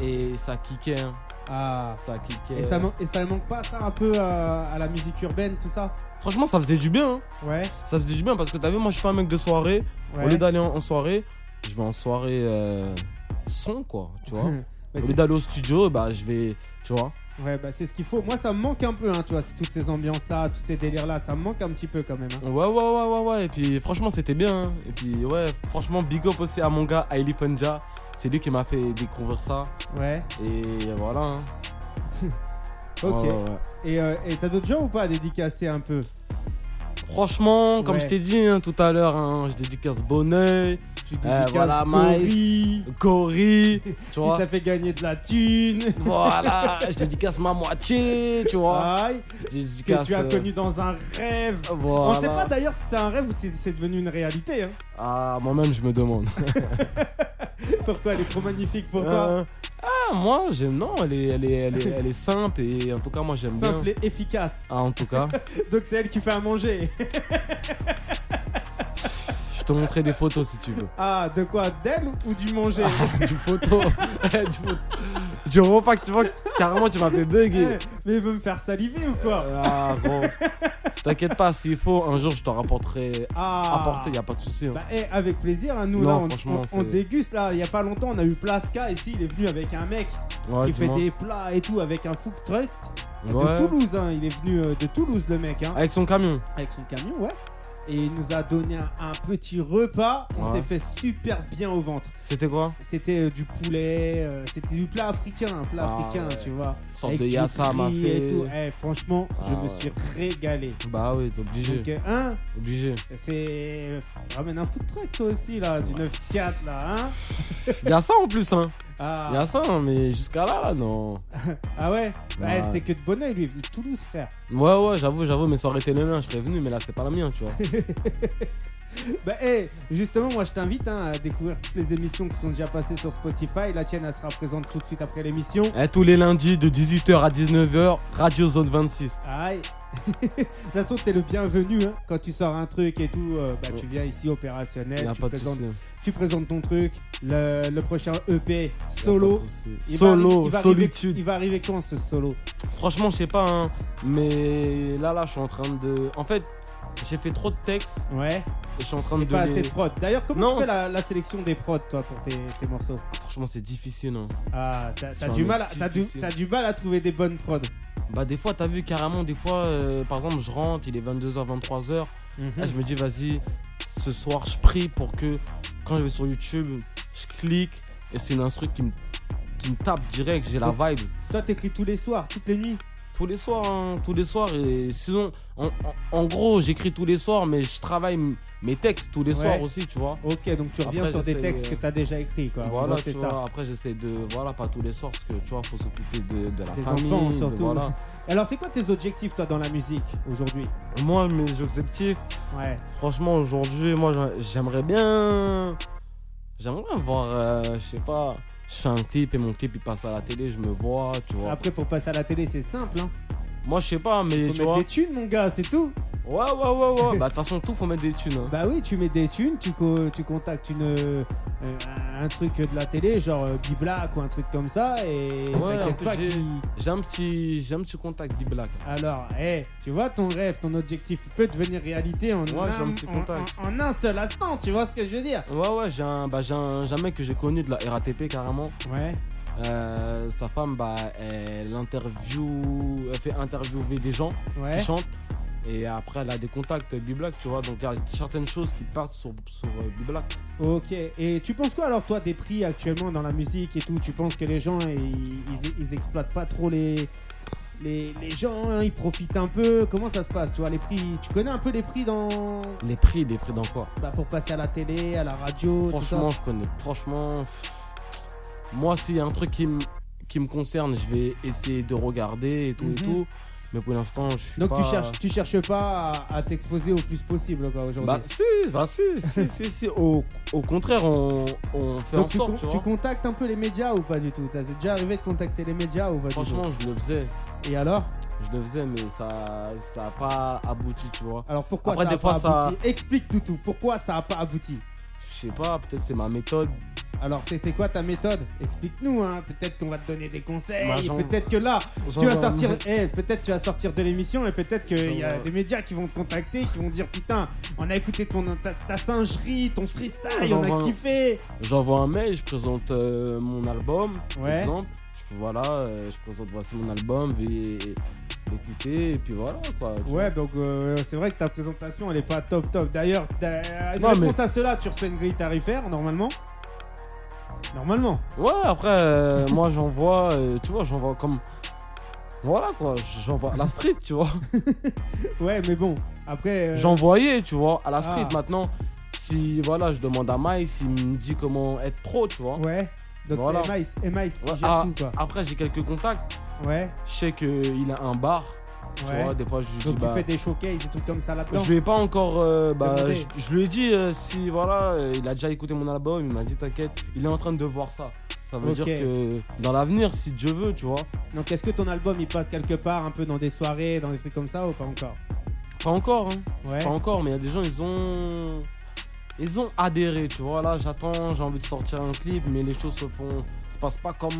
et ça kickait, hein, Ah. ça kickait. Et ça, man- et ça manque pas ça un peu euh, à la musique urbaine, tout ça Franchement, ça faisait du bien, hein. Ouais. ça faisait du bien parce que t'as vu, moi je suis pas un mec de soirée, ouais. au lieu d'aller en, en soirée, je vais en soirée euh, son, quoi, tu vois. Mais au lieu c'est- d'aller au studio, bah je vais, tu vois. Ouais, bah c'est ce qu'il faut. Moi, ça me manque un peu, hein, tu vois, c'est toutes ces ambiances-là, tous ces délires-là, ça me manque un petit peu quand même. hein. Ouais, ouais, ouais, ouais, ouais. Et puis, franchement, c'était bien. hein. Et puis, ouais, franchement, big up aussi à mon gars, Ailey Punja. C'est lui qui m'a fait découvrir ça. Ouais, Et voilà. hein. ok. Ouais, ouais, ouais. Et euh, et t'as d'autres gens ou pas à dédicacer un peu Franchement, comme Ouais. je t'ai dit hein, tout à l'heure, hein, je dédicace Bonneuil, Tu Euh, dédicaces voilà, Cory, Cory, tu qui vois. t'a fait gagner de la thune, voilà, je dédicace ma moitié, tu vois. aïe, Je Ah. que dédicace. tu as euh, connu dans un rêve. Voilà. On sait pas d'ailleurs si c'est un rêve ou si c'est devenu une réalité. hein. Ah, moi-même, je me demande. Pourquoi elle est trop magnifique pour toi Euh, ah, moi, j'aime. Non, elle est, elle, est, elle, est, elle est simple. Et en tout cas, moi, j'aime bien. Simple et efficace. Ah, en tout cas. Donc c'est elle qui fait à manger. Je te montrerai des photos si tu veux. Ah, de quoi D'elle ou du manger du photo. du photo. Du repas que tu vois, carrément tu m'as fait Eh, bugger. Mais il veut me faire saliver ou quoi Ah bon. T'inquiète pas, s'il faut, un jour je t'en rapporterai. Ah Apporter, y a pas de souci. hein. Bah, eh, avec plaisir, hein, nous Non, là, on- franchement, on, on c'est- déguste là. Il y a pas longtemps, on a eu Plaska ici. Il est venu avec un mec Ouais, qui Bah, fait dis-moi. des plats et tout avec un food truck Ouais. Eh. de Toulouse. hein. Il est venu euh, de Toulouse, le mec, hein, Avec son camion. avec son camion, ouais. Et il nous a donné un, un petit repas. On Ouais. s'est fait super bien au ventre. C'était quoi C'était euh, du poulet, euh, c'était du plat africain, un plat Ah, africain, ouais. tu vois. Une sorte Avec de du yassa m'a riz fait. et tout. Eh, franchement, je Ah, me ouais. suis régalé. Bah oui, t'es obligé. Donc, euh, hein, Obligé. c'est. Ramène un food truck toi aussi là, du 9-4 là, hein Y'a ça en plus, hein. Ah, Y'a ça, hein, mais jusqu'à là, là, non. ah ouais Ouais, Bah, Ouais. t'es que de bonne oeil, lui, il est venu de Toulouse, frère. Ouais, ouais, j'avoue, j'avoue, mais ça aurait été le mien, je serais venu, mais là, c'est pas le mien, tu vois. Bah, eh, justement, moi, je t'invite hein, à découvrir toutes les émissions qui sont déjà passées sur Spotify. La tienne, elle sera présente tout de suite après l'émission. Eh, tous les lundis de 18h à 19h, Radio Zone 26. Aïe De toute façon, t'es le bienvenu. hein. Quand tu sors un truc et tout, euh, bah, tu viens ici opérationnel. Il a Eh, tu, pas de présentes, souci. tu présentes ton truc. Le, le prochain EP, Y a solo. pas de souci. Il va arri- Solo, il va arriver- solitude. il va arriver quand ce solo Franchement, je sais pas, hein, mais là, là, je suis en train de. En fait, j'ai fait trop de textes Ouais. et je suis en train de. Et pas les- assez de prod. D'ailleurs, comment Non, tu fais c'est- la, la sélection des prods, toi, pour tes, tes morceaux Franchement, c'est difficile. Hein. Ah, t'as t'as C'est du, un mal à- mec t'as du, difficile. t'as du mal à trouver des bonnes prods. Bah, des fois, t'as vu carrément, des fois, euh, par exemple, je rentre, il est 22h, 23h. Là, Ah, Ah, je me dis, vas-y, ce soir, je prie pour que quand je vais sur YouTube, je clique et c'est une instru qui me, qui me tape direct. J'ai la vibe. Toi, t'écris tous les soirs, toutes les nuits Tous les soirs, hein, tous les soirs. Et sinon, en, en- en gros, j'écris tous les soirs, mais je travaille m- mes textes tous les Ouais. soirs aussi, tu vois. Ok, donc tu reviens Après, sur des j'essaye, textes euh, que t'as déjà écrits, quoi. En Voilà, gros, Bah, tu c'est vois, ça. après j'essaie de. Voilà, pas tous les soirs, parce que tu vois, faut s'occuper de, de la Des famille. enfants, de- surtout. voilà. Alors, c'est quoi tes objectifs, toi, dans la musique aujourd'hui Moi, mes objectifs, Ouais. franchement, aujourd'hui, moi, j'a- j'aimerais bien. J'aimerais bien voir, euh, je sais pas, je fais un clip et mon clip il passe à la télé, je me vois, tu vois. Après, pour passer à la télé, c'est simple, hein. Moi, je sais pas, mais Faut tu mettre vois. des thunes, mon gars, c'est tout. Ouais, ouais, ouais, ouais. bah, de toute façon, tout, faut mettre des thunes. hein. Bah oui, tu mets des thunes, tu, co- tu contactes une, euh, un truc de la télé, genre euh, Biblac ou un truc comme ça, et Ouais, en t'inquiète plus, pas j'ai- qui- J'ai un petit, j'ai un petit contact d'Iblack. Alors, hey, tu vois, ton rêve, ton objectif peut devenir réalité en, Moi, j'ai un, un petit en- contact. en- en un seul instant, tu vois ce que je veux dire Ouais, ouais, j'ai un, bah, j'ai un, j'ai un mec que j'ai connu de la RATP carrément. Ouais, Euh, sa femme, bah, elle interview, elle fait interviewer des gens ouais. qui chantent. Et après, elle a des contacts B-Black, tu vois. Donc, il y a certaines choses qui passent sur, sur euh, B-Black. Ok, et tu penses quoi alors, toi, des prix actuellement dans la musique et tout Tu penses que les gens, ils, ils- ils exploitent pas trop les, les, les gens, hein, ils profitent un peu. Comment ça se passe Tu vois, les prix, tu connais un peu les prix dans, Les prix, les prix dans quoi bah, pour passer à la télé, à la radio, Franchement, tout je connais. Franchement, moi, s'il y a un truc qui me qui me concerne, je vais essayer de regarder et tout et Mhm. tout. Mais pour l'instant, je ça. suis Donc pas... tu cherches, tu cherches pas à, à t'exposer au plus possible quoi aujourd'hui. Bah si, bah si, si, si, si. Au, au contraire, on, on fait Donc en tu, sorte, con- tu tu vois. contactes un peu les médias ou pas du tout T'as déjà arrivé de contacter les médias ou pas Franchement, je le faisais, du tout Et alors je le faisais, mais ça, ça a pas abouti, tu vois. Alors pourquoi Après, ça a des fois, pas ça- abouti Explique tout tout. Pourquoi ça a pas abouti Je sais pas, peut-être c'est ma méthode. Alors c'était quoi ta méthode Explique-nous hein. Peut-être qu'on va te donner des conseils. Bah, j'en- Peut-être que là, j'en- tu vas sortir. eh, peut-être tu vas sortir de l'émission et peut-être qu'il y a J'en- des médias qui vont te contacter, qui vont dire putain, on a écouté ton ta, ta singerie, ton freestyle, J'en- on a j'en- kiffé. J'envoie un mail, je présente euh, mon album, par Ouais. exemple. Je, voilà, euh, je présente, voici mon album, veuillez écouter, et puis voilà, quoi. tu vois. Ouais, donc euh, c'est vrai que ta présentation elle est pas top top. D'ailleurs, d'a- Non, réponse à cela, tu reçois une grille tarifaire normalement. Normalement. Ouais, après, euh, moi j'envoie, euh, tu vois, j'envoie comme. Voilà quoi, j'envoie à la street, tu vois. Ouais, mais bon, après. euh, J'envoyais, tu vois, à la street. Ah. Maintenant, si voilà, je demande à Miles, il me dit comment être pro, tu vois. Ouais. Donc Voilà. c'est Emice, Emice qui Ouais, gère ah, tout quoi. après, j'ai quelques contacts. Ouais, Je sais qu'il a un bar, tu ouais. vois. Des fois, je lui dis, donc tu bah, fais des showcases et tout comme ça là-dedans. je lui ai pas encore. euh, bah, Demandé. je, je lui ai dit, euh, si voilà, euh, il a déjà écouté mon album, il m'a dit, t'inquiète, il est en train de voir ça. Ça veut Ok. dire que dans l'avenir, si Dieu veut, tu vois. Donc est-ce que ton album il passe quelque part un peu dans des soirées, dans des trucs comme ça ou pas encore Pas encore, hein. Ouais. Pas encore, mais il y a des gens, ils ont. Ils ont adhéré, tu vois. Là, j'attends, j'ai envie de sortir un clip, mais les choses se font. se passent pas comme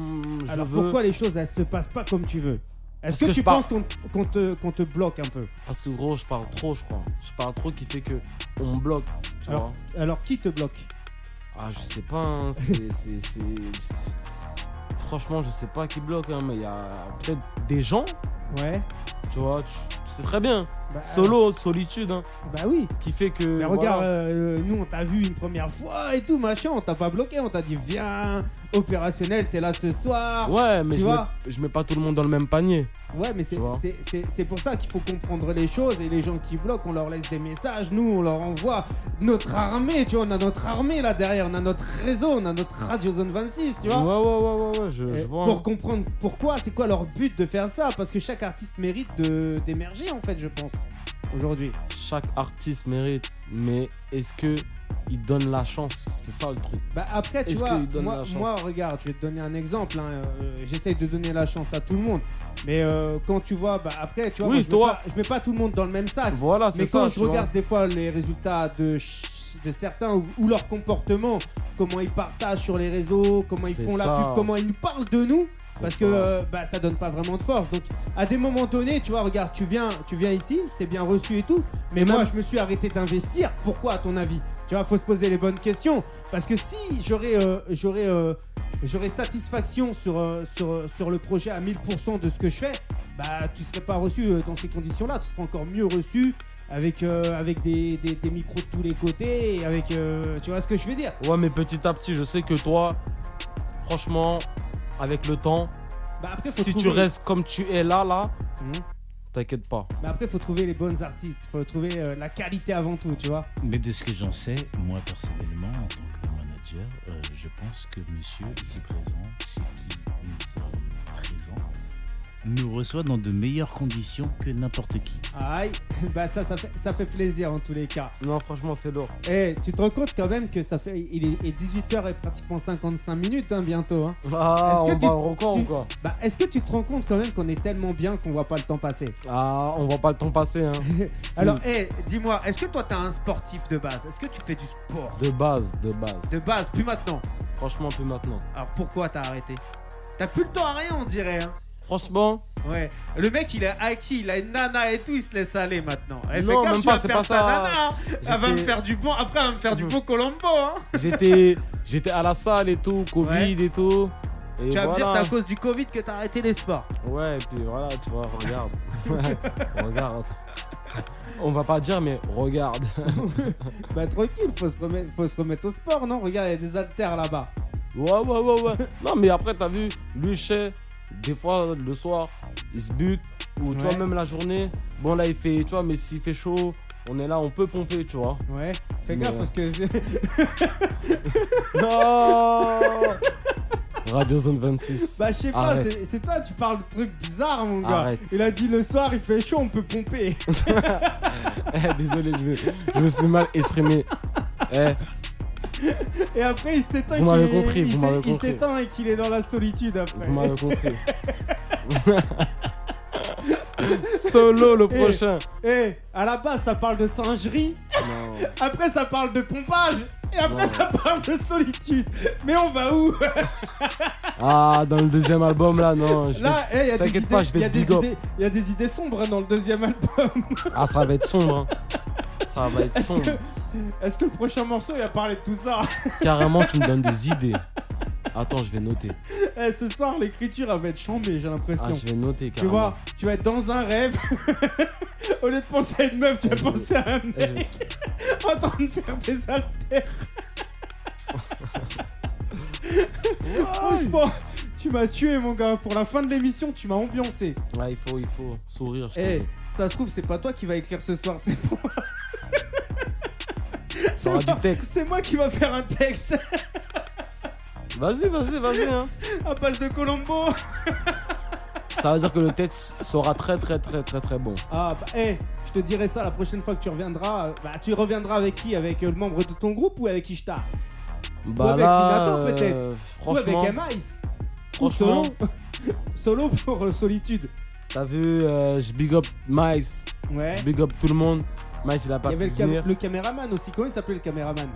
je Alors veux. pourquoi les choses elles se passent pas comme tu veux Parce Est-ce que, que tu je parle- penses qu'on qu'on te, qu'on te bloque un peu Parce que gros, je parle trop, je crois. Je parle trop qui fait que on me bloque, tu vois. Alors qui te bloque Ah, je sais pas, hein, c'est- c'est. c'est- c'est- Franchement, je sais pas qui bloque, hein, mais il y a peut-être des gens, Ouais. tu vois. Tu, tu sais très bien. Bah, Solo, solitude, hein, euh, Bah oui. qui fait que. Mais regarde, voilà. euh, euh, nous on t'a vu une première fois et tout machin, on t'a pas bloqué, on t'a dit viens, opérationnel, t'es là ce soir. ouais, euh, mais tu je mets, vois. je mets pas tout le monde dans le même panier. Ouais, mais c'est- Tu vois. c'est- c'est c'est pour ça qu'il faut comprendre les choses et les gens qui bloquent, on leur laisse des messages, nous on leur envoie notre armée, tu vois, on a notre armée là derrière, on a notre réseau, on a notre radio zone 26, tu vois. ouais, ouais, ouais, ouais, ouais, je, Et je vois. Pour hein. comprendre pourquoi, c'est quoi leur but de faire ça, parce que chaque artiste mérite de- d'émerger en fait, je pense, aujourd'hui. chaque artiste mérite, mais est-ce que il donne la chance C'est ça le truc. Bah après, tu Est-ce vois, qu'il donne moi, la chance moi, regarde, je vais te donner un exemple. hein, euh, J'essaye de donner la chance à tout le monde. Mais euh, quand tu vois, bah après, tu vois, Oui, moi, je, toi. Mets pas, je mets pas tout le monde dans le même sac. Voilà, c'est mais ça. quand tu je vois. regarde des fois les résultats de, ch- de certains ou, ou leur comportement, comment ils partagent sur les réseaux, comment ils C'est font la ça. pub, comment ils nous parlent de nous, C'est parce ça. que euh, bah, ça donne pas vraiment de force. Donc à des moments donnés, tu vois, regarde, tu viens, tu viens ici, t'es bien reçu et tout, mais Et moi même- je me suis arrêté d'investir. Pourquoi à ton avis Tu vois, faut se poser les bonnes questions. Parce que si j'aurais euh, j'aurais euh, j'aurais satisfaction sur, euh, sur, sur le projet à 1000% de ce que je fais, bah tu serais pas reçu euh, dans ces conditions-là, tu serais encore mieux reçu avec, euh, avec des, des, des micros de tous les côtés, et avec euh, tu vois ce que je veux dire. Ouais, mais petit à petit, je sais que toi, franchement, avec le temps, Bah après faut si tu trouver- restes comme tu es là, là, Mhm. t'inquiète pas. Bah, après faut trouver les bonnes artistes, faut trouver euh, la qualité avant tout, tu vois. Mais de ce que j'en sais, moi personnellement, en tant que manager, euh, je pense que monsieur ici présent, chez qui nous sommes présents, nous reçoit dans de meilleures conditions que n'importe qui. Aïe, bah ça ça fait, ça fait plaisir en tous les cas. Non, franchement, c'est lourd. Eh, tu te rends compte quand même que ça fait il est, 18h et pratiquement 55 minutes hein, bientôt hein. Est-ce Ah, on que tu- bat le record tu- ou quoi Bah, est-ce que tu te rends compte quand même qu'on est tellement bien qu'on voit pas le temps passer Ah, on voit pas le temps passer, hein. Alors, eh, dis-moi, est-ce que toi t'es un sportif de base Est-ce que tu fais du sport De base, de base. de base, plus maintenant Franchement, plus maintenant. Alors pourquoi t'as arrêté T'as plus le temps à rien, on dirait. Hein. Franchement, Ouais. Le mec, il est acquis, il a une nana et tout, il se laisse aller maintenant. Eh, fais Non, gaffe, même tu pas, vas c'est perdre pas ta ça. nana, hein. Elle va me J'étais- faire du bon. Après, elle va me faire du beau Colombo. Hein. j'étais j'étais à la salle et tout, Covid et tout. Et Tu vas me dire, voilà. c'est à cause du Covid que t'as arrêté les sports. Ouais, et puis voilà, tu vois, regarde. regarde. On va pas dire, mais regarde. Bah, tranquille, faut se remettre, faut se remettre au sport, non Regarde, il y a des haltères là-bas. Ouais, ouais, ouais, ouais. Non, mais après, t'as vu, lui, je sais, des fois, le soir, il se bute. Ou tu vois, Ouais. même la journée, bon là il fait, tu vois, mais s'il fait chaud, on est là, on peut pomper, tu vois. Ouais, fais Mais- euh, gaffe parce que. Non Radio Zone 26. bah, je sais pas, Arrête. c'est- c'est toi, tu parles de trucs bizarres, mon gars. Arrête. Il a dit le soir, il fait chaud, on peut pomper. Eh, Désolé, je, vais- je me suis mal exprimé. Eh, Et après, il s'éteint. Vous m'avez qu'il est- compris, il vous s'é- m'avez Il compris. s'éteint et qu'il est dans la solitude après. vous m'avez compris. Solo le Eh. prochain. Eh, à la base, ça parle de singerie. Non. Après, ça parle de pompage. Et après, Non. ça parle de solitude. Mais on va où Ah, dans le deuxième album là, non. je vais- Là, eh, il y a des T'inquiète pas, idées- je vais il y a te des big up. idées- il y a des idées sombres dans le deuxième album. Ah, ça va être sombre. hein. Ça va être sombre. Est-ce que le prochain morceau, il va parler de tout ça Carrément, tu me donnes des idées. Attends, je vais noter. Eh, ce soir, l'écriture, elle va être chambée, j'ai l'impression. Ah, je vais noter. Tu Carrément. vois, tu vas être dans un rêve. Au lieu de penser à une meuf, tu vas Eh, je- penser à un Eh, je- mec en train de faire des haltères. Franchement, tu m'as tué, mon gars. Pour la fin de l'émission, tu m'as ambiancé. Ouais, il faut, il faut sourire. Je te Eh, dis. ça se trouve, c'est pas toi qui va écrire ce soir, c'est moi. C'est Ça aura moi- du texte. C'est moi qui va faire un texte Vas-y, vas-y, vas-y. hein. à base de Colombo. Ça veut dire que le texte sera très, très, très, très, très bon. Ah bah eh, je te dirai ça la prochaine fois que tu reviendras. Euh, Bah tu reviendras avec qui Avec euh, le membre de ton groupe ou avec Ishtar Bah Ou avec là, Minato, peut-être. euh, Ou avec franchement, Amice franchement, Solo pour euh, solitude. t'as vu, euh, je big up Mice, Ouais. je big up tout le monde. Mice, il a Eh. Il pas y avait pu le, cam- venir. le caméraman aussi. Comment il s'appelait le caméraman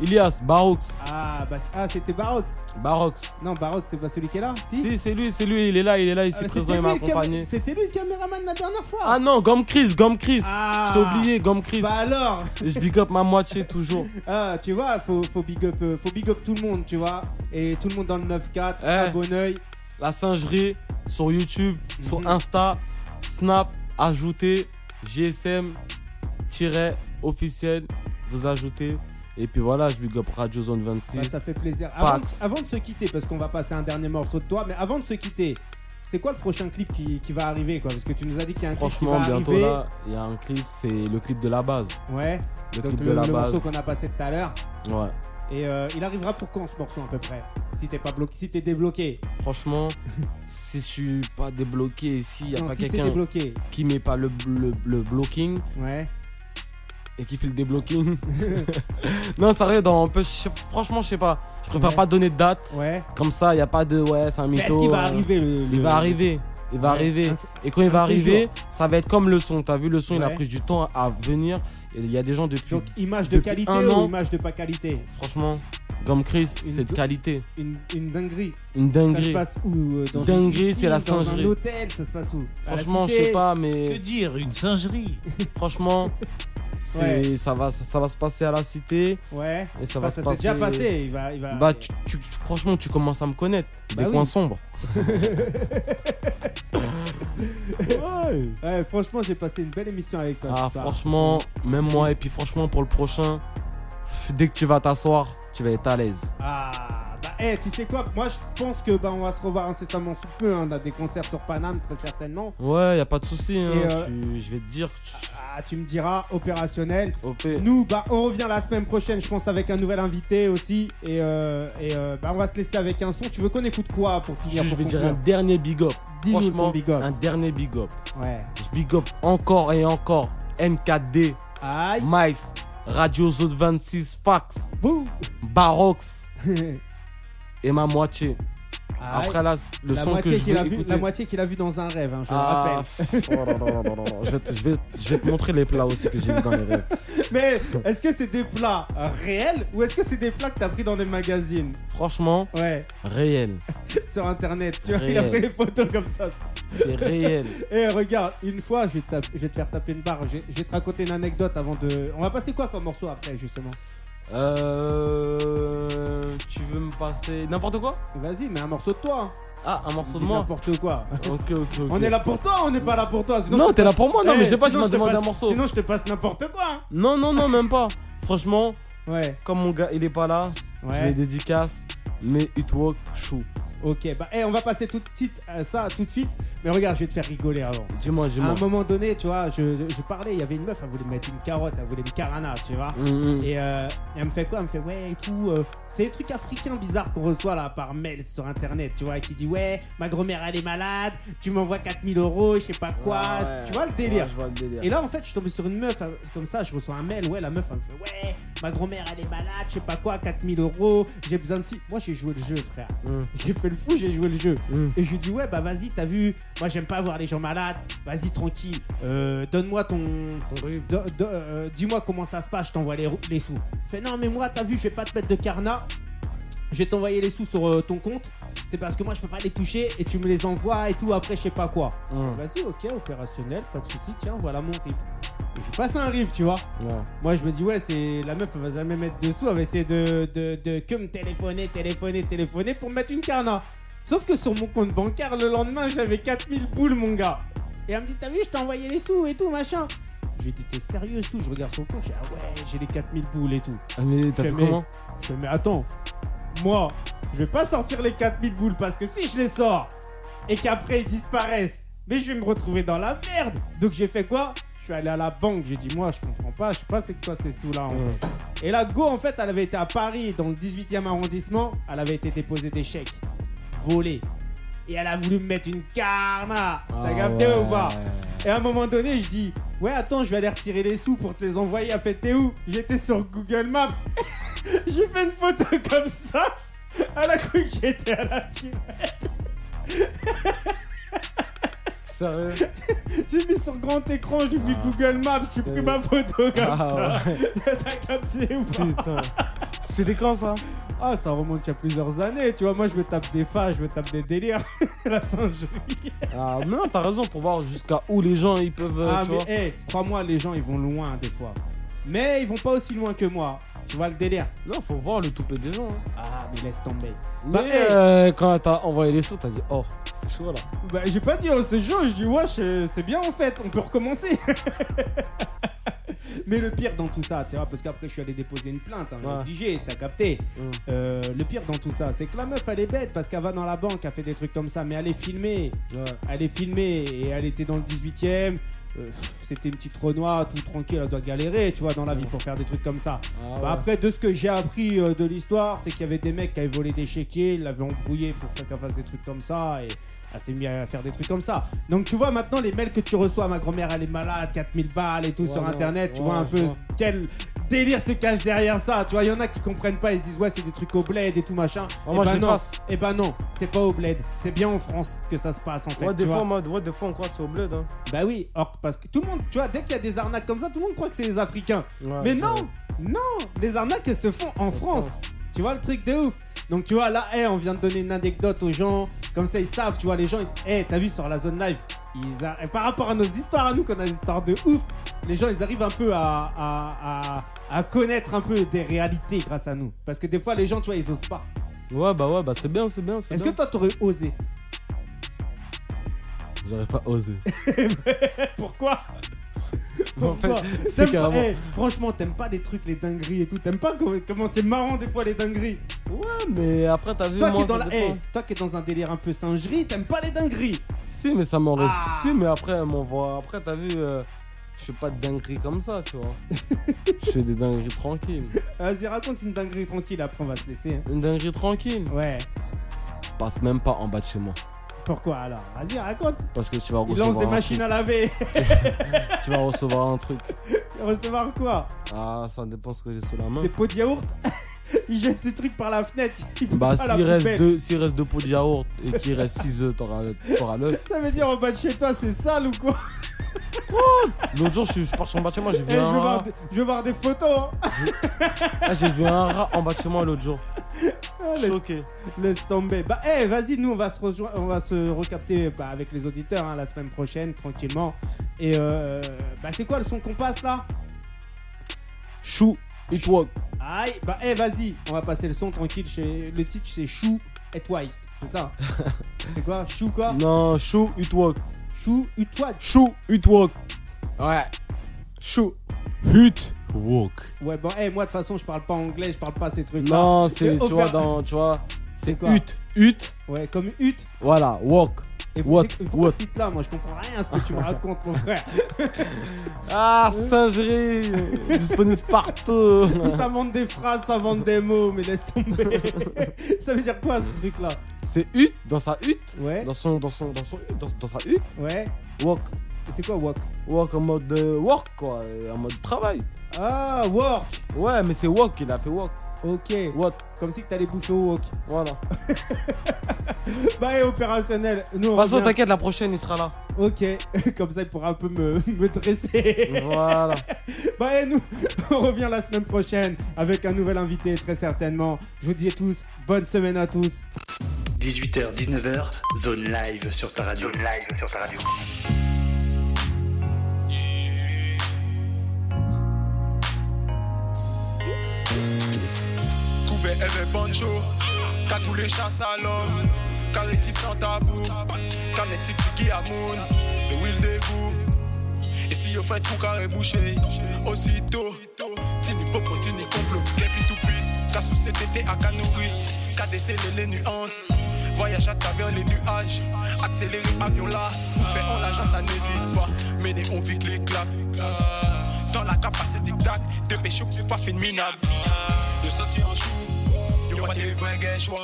Ilias, Barox, Ah bah ah c'était Barox. Barox. Non Barox c'est pas celui qui est là Si, Si, c'est lui, c'est lui, il est là, il est là, Ah, ici bah, présent, c'était il m'a lui le cam- accompagné. C'était lui le caméraman la dernière fois. Ah non, Gomme Chris, Gomme Chris. Ah. Je t'ai oublié, Gomme Chris. bah alors, Je big up ma moitié toujours. ah, tu vois, faut, faut big up, euh, faut big up tout le monde, tu vois, et tout le monde dans le 9-4, Eh. à bon oeil. La singerie sur YouTube, sur Mhm. Insta, Snap, ajoutez GSM-officiel, vous ajoutez. Et puis voilà, je big up Radio Zone Bah, 26. ça fait plaisir. Avant de, Fax. avant de se quitter, parce qu'on va passer un dernier morceau de toi, mais avant de se quitter, c'est quoi le prochain clip qui, qui va arriver quoi Parce que tu nous as dit qu'il y a un clip qui Franchement, va bientôt arriver. là, il y a un clip, c'est le clip de la base. Ouais. Le Donc clip le, de la le base. morceau qu'on a passé tout à l'heure. Ouais. Et euh, il arrivera pour quand ce morceau à peu près Si t'es pas bloqué, si t'es débloqué. Franchement, si je suis pas débloqué, s'il n'y a Non, pas si t'es quelqu'un débloqué. qui met pas le, le, le blocking Ouais. et qui fait le déblocking. non, sérieux, dans un peu, je sais- franchement, je sais pas. Je préfère Ouais. pas donner de date. Ouais. Comme ça, il n'y a pas de ouais, c'est un mytho. Qu'est-ce qui va euh, arriver le, Il le- va arriver. Il va Ouais. Ah, arriver. Un- Et quand il va un séjour. arriver, ça va être comme le son. T'as vu, le son, il a Ouais. pris du temps à venir. Et il y a des gens depuis. Donc image de Depuis qualité un ou an. image de pas qualité franchement, comme Chris, Une c'est de do- qualité. une, une dinguerie. Une Ça se dinguerie. passe où euh, dans une Dinguerie, piscine, c'est la dans singerie. un hôtel, ça se passe où À la Franchement, je cité sais pas, Que mais dire Une singerie franchement, c'est ça, va, ça, va se passer à la cité. Ouais. Et ça Enfin, va ça se s'est passer. déjà passé. Il va, il va. Bah, tu, tu- tu- franchement, tu commences à me connaître. Ah, Bah des oui. coins sombres. Ouais, franchement, j'ai passé une belle émission avec toi. Ah, ce soir. franchement, même moi. Et puis, franchement, pour le prochain, dès que tu vas t'asseoir, tu vas être à l'aise. Ah, bah, eh, tu sais quoi Moi, je pense que bah, on va se revoir incessamment sous peu. hein. On a des concerts sur Paname, très certainement. Ouais, y a pas de souci. Hein. Et, euh, Tu- Je vais te dire. Tu... Ah, tu me diras, opérationnel. OP. Nous, bah, on revient la semaine prochaine, je pense, avec un nouvel invité aussi. Et, euh, et euh, bah, on va se laisser avec un son. Tu veux qu'on écoute quoi pour Je, finir je pour vais dire un conclure dernier big up. Dis-nous ton Franchement, big up. un dernier big up. Ouais. Je big up encore et encore. NKD, Aïe, Mice, Radio Zone 26, Fax, bouh Barox et ma moitié. Aïe. Après là, le la son moitié que je qu'il vais a vu, écouter. La moitié qu'il a vu dans un rêve, hein, je Ah, pff, oh là là là là là là. Je vais, te, je vais- je vais te montrer les plats aussi que j'ai mis dans les rêves. le rappelle. Mais est-ce que c'est des plats euh, réels ou est-ce que c'est des plats que t'as pris dans des magazines Franchement, Ouais, réel. sur internet. Tu vois, il a Réel. pris des photos comme ça. C'est réel. Eh, regarde, une fois, je vais, te tape- je vais te faire taper une barre. Je vais je vais te raconter une anecdote avant de. On va passer quoi comme morceau après, justement Euh, tu veux me passer n'importe quoi Vas-y, mais un morceau de toi. hein. Ah, un morceau de Dis moi. N'importe quoi. Ok, ok, ok. On est là pour toi, on n'est pas là pour toi. sinon Non, je te t'es là passe- pour moi. Non, Eh, mais je sais pas, tu sinon m'as je te demandé passe- un morceau. Sinon, je te passe n'importe quoi. hein. Non, non, non, même pas. Franchement, Ouais, comme mon gars, il est pas là, je ouais. les dédicace. Mais It Walk Chou. Ok, bah eh, on va passer tout de suite à ça, tout de suite. Mais regarde, je vais te faire rigoler avant. Dis-moi, À dis-moi. un moment donné, tu vois, je, je parlais, il y avait une meuf, elle voulait me mettre une carotte, elle voulait me carana, tu vois. Mhm. Et euh, elle me fait quoi Elle me fait ouais et tout. euh, c'est des trucs africains bizarres qu'on reçoit là par mail sur internet, tu vois, qui dit ouais, ma grand-mère elle est malade, tu m'envoies 4000 euros, je sais pas quoi, Ah ouais. tu vois le Ouais, délire. je vois le délire. Et là, en fait, je suis tombé sur une meuf, euh, comme ça, je reçois un mail, ouais, la meuf, elle me fait, ouais, ma grand-mère, elle est malade, je sais pas quoi, 4000 euros, j'ai besoin de si. Moi, j'ai joué le jeu, frère. Mm. J'ai fait le fou, j'ai joué le jeu. Mm. Et je lui dis, ouais, bah vas-y, t'as vu, moi, j'aime pas voir les gens malades, vas-y, tranquille, euh, donne-moi ton. do- do- euh, Dis-moi comment ça se passe, je t'envoie les, rou- les sous. Il fait, non, mais moi, t'as vu, je vais pas te mettre de carnat, je vais t'envoyer les sous sur euh, ton compte, c'est parce que moi, je peux pas les toucher et tu me les envoies et tout, après, je sais pas quoi. Mhm. Vas-y, ok, opérationnel, pas de soucis, tiens, voilà mon riff. Et Je passe un riff, tu vois. Ouais. Moi, je me dis, ouais, c'est la meuf, elle va jamais mettre dessous, elle va essayer de, de, de que me téléphoner, téléphoner, téléphoner pour me mettre une carna. Sauf que sur mon compte bancaire, le lendemain, j'avais 4000 boules, mon gars. Et elle me dit, t'as vu, je t'ai envoyé les sous et tout, machin. Je lui dis, t'es sérieux et tout, je regarde son compte, je dis, ah ouais, j'ai les 4000 boules et tout. Ah, mais Je t'as fait fais, mais- comment Je fais, mais attends, moi, je vais pas sortir les 4000 boules parce que si je les sors et qu'après ils disparaissent, mais je vais me retrouver dans la merde. Donc j'ai fait quoi Je suis allé à la banque, j'ai dit, moi, je comprends pas, je sais pas c'est quoi ces sous-là. en fait. Hum. Et la Go, en fait, elle avait été à Paris, dans le 18e arrondissement, elle avait été déposer des chèques, volés. Et elle a voulu me mettre une carna. T'as Ah capté ou pas et à un moment donné, je dis Ouais, attends, je vais aller retirer les sous pour te les envoyer. à fait, t'es où J'étais sur Google Maps. J'ai fait une photo comme ça. Elle a cru que j'étais à la team. Sérieux J'ai mis sur grand écran, j'ai mis Google Maps, j'ai pris Euh. ma photo comme Ah ça. T'as capté ou pas Putain. C'était quand ça Ah, ça remonte il y a plusieurs années. Tu vois, moi, je me tape des phases, je me tape des délires. la singerie. Ah, mais non, t'as raison pour voir jusqu'à où les gens ils peuvent. euh, Ah, tu mais vois. hey, crois-moi, les gens, ils vont loin des fois. Mais ils vont pas aussi loin que moi. Tu vois le délire Non, faut voir le toupet des gens. hein. Ah, mais laisse tomber. Mais Bah, hey. euh, quand t'as envoyé les sous, t'as dit oh, c'est chaud là. Bah j'ai pas dit oh c'est chaud, je dis wesh euh, c'est bien en fait, on peut recommencer. Mais le pire dans tout ça, tu vois, parce qu'après je suis allé déposer une plainte, hein, Ouais. obligé, t'as capté. Hum. Euh, le pire dans tout ça, c'est que la meuf elle est bête parce qu'elle va dans la banque, elle fait des trucs comme ça, mais elle est filmée, elle est filmée et elle était dans le 18 e c'était une petite renoie, tout tranquille, elle doit galérer, tu vois, dans la vie pour faire des trucs comme ça. Ah, Bah, après, de ce que j'ai appris euh, de l'histoire, c'est qu'il y avait des mecs qui avaient volé des chéquiers, ils l'avaient embrouillé pour faire qu'elle fasse des trucs comme ça, et elle s'est mise à faire des trucs comme ça. Donc tu vois maintenant les mails que tu reçois, ma grand-mère elle est malade, 4000 balles et tout sur non, internet, tu ouais, vois un je peu vois. quel délire se cache derrière ça. Tu vois, il y en a qui comprennent pas, ils se disent ouais c'est des trucs au bled et tout machin. Oh, et moi, bah non, j'efface. et bah non, c'est pas au bled, c'est bien en France que ça se passe en fait. Ouais, tu des vois. fois, moi, ouais, des fois, on croit que c'est au bled. Hein. Bah oui, or que- parce que tout le monde, tu vois, dès qu'il y a des arnaques comme ça, tout le monde croit que c'est les Africains. Ouais, Mais c'est non, vrai. non, les arnaques elles se font en France. France. Tu vois le truc de ouf. Donc tu vois là, eh, on vient de donner une anecdote aux gens, comme ça ils savent, tu vois les gens, ils- eh t'as vu sur la zone live, ils a- et par rapport à nos histoires à nous qu'on a des histoires de ouf, les gens ils arrivent un peu à, à, à, à connaître un peu des réalités grâce à nous. Parce que des fois les gens tu vois ils osent pas. Ouais, bah ouais, bah c'est bien, c'est bien. c'est Est-ce que bien. toi t'aurais osé J'aurais pas osé. Pourquoi En fait, Pourquoi c'est T'aimes pas- carrément- eh, franchement, t'aimes pas les trucs, les dingueries et tout. T'aimes pas comment- comment c'est marrant des fois les dingueries. Ouais, mais après, t'as vu, Toi qui, moi, es dans ça la- dépend. eh, toi qui es dans un délire un peu singerie, t'aimes pas les dingueries. Si, mais ça m'aurait. Ah. Si, mais après, elle m'envoie. Après, t'as vu, euh, je fais pas de dingueries comme ça, tu vois. Je fais des dingueries tranquilles. Euh, Vas-y, raconte une dinguerie tranquille, après on va se laisser. hein. Une dinguerie tranquille. Ouais, Passe même pas en bas de chez moi. pourquoi alors Vas-y, raconte. Parce que tu vas Il recevoir. lance des un machines à laver. truc. Tu vas recevoir un truc. Recevoir quoi Ah, ça dépend ce que j'ai sous la main. Des pots de yaourt Il jette ses trucs par la fenêtre. il fout Bah, pas la s'il reste, poubelle. deux, s'il reste deux pots de yaourt et qu'il reste 6 œufs, t'auras, t'auras l'œuf. Ça veut dire en bas de chez toi, c'est sale ou quoi L'autre jour, je, suis- je pars sur le bâtiment, j'ai Eh, vu je, veux un voir rat. des, je veux voir des photos. hein. Ah, j'ai vu un rat en bâtiment l'autre jour. laisse, Choqué. laisse tomber. Bah, eh, vas-y, nous on va se rejoin- on va se recapter bah, avec les auditeurs hein, la semaine prochaine, tranquillement. Et euh, bah, c'est quoi le son qu'on passe là Chou, it walk. Aïe, bah eh vas-y, on va passer le son tranquille. Chez... Le titre c'est Chou et White, c'est ça C'est quoi Chou quoi Non, chou, it walk. Chou et White. Chou, it walk. Ouais. Chou, hut. Walk. Ouais, bon, eh moi de toute façon je parle pas anglais, je parle pas ces trucs là. Non, c'est, Offert- tu vois, dans, tu vois, C'est C'est quoi hut, hut, Ouais, comme hutte. voilà, walk. Et What, pourquoi what ce titre-là Moi, je comprends rien à ce que tu me racontes, mon frère. Ah, singerie euh, Disponible partout Ça monte des phrases, ça vend des mots, mais laisse tomber. ça veut dire quoi ce truc-là C'est hutte, dans sa hutte, Ouais, dans son, dans son, dans son, dans, dans sa hutte, ouais. walk. Et c'est quoi walk Walk en mode euh, work, quoi, euh, en mode travail. Ah, work Ouais, mais c'est walk, il a fait walk. Ok, What comme si que t'allais bouffer au walk. Voilà. De toute Bah, et opérationnel. Nous, on façon, revient. t'inquiète, la prochaine, il sera là. Ok, comme ça, il pourra un peu me, me dresser. Mhm. voilà. Bah, et nous, on revient la semaine prochaine avec un nouvel invité, très certainement. Je vous dis à tous, bonne semaine à tous. 18h, 19h, zone live sur ta radio. Zone live sur ta radio. Trouver Eve Banjo, cagoulé chasse à l'homme, car réticent à vous, car les types qui à moon, le will dégoût. Et si au fait tout carré bouché, aussitôt, tini popo, tini complot, depuis tout pis, car sous cet été à Canouris, car déceler les nuances, voyage à travers les nuages, accélérer avion là, pour faire en l'agence, ça n'hésite pas, mener on vit les claques. Dans la capacité tic-tac, de pécho pour pas finir minable. Le sentier en chou, Yo pas des vrais guéchois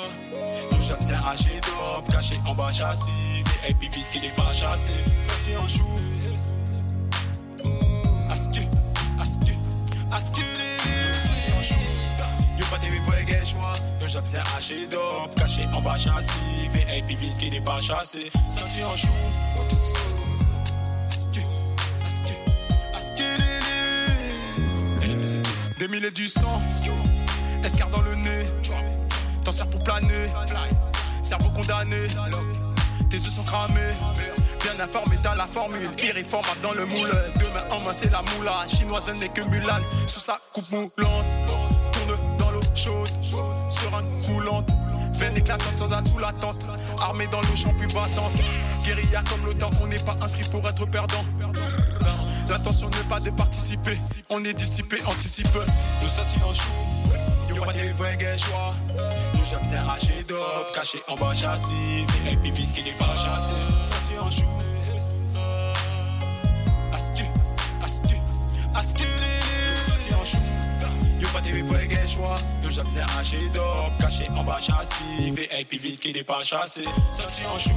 Nous j'aime bien haché d'or Caché en bas châssis Et puis vite qu'il est pas chassé Senti en chou Asku, asku, asku Senti en chou Yo pas des vrais guéchois Nous j'aime bien haché d'or Caché en bas châssis Et puis vite qu'il est pas chassé Senti en chou Asku, asku, asku Des milliers du sang Escarre dans le nez T'en sers pour planer Cerveau condamné Tes yeux sont cramés Bien informé dans la formule Irréformable dans le moule Demain en main c'est la moula Chinoise n'est que Mulan Sous sa coupe moulante Tourne dans l'eau chaude Sur un coulante Veine éclatante soldats sous la tente Armée dans le champ plus battante Guérilla comme l'OTAN On n'est pas inscrit pour être perdant L'attention n'est pas de participer On est dissipé, anticipe Le sentiment chou Yo pas des vrais guéchois Nous j'aime bien haché d'op Caché en bas châssis Et puis vite qu'il est pas chassé Senti en chou Asku, asku, asku lili Senti en chou Yo pas des vrais guéchois Nous j'aime bien haché d'op Caché en bas châssis Et puis vite qu'il est pas chassé Senti en chou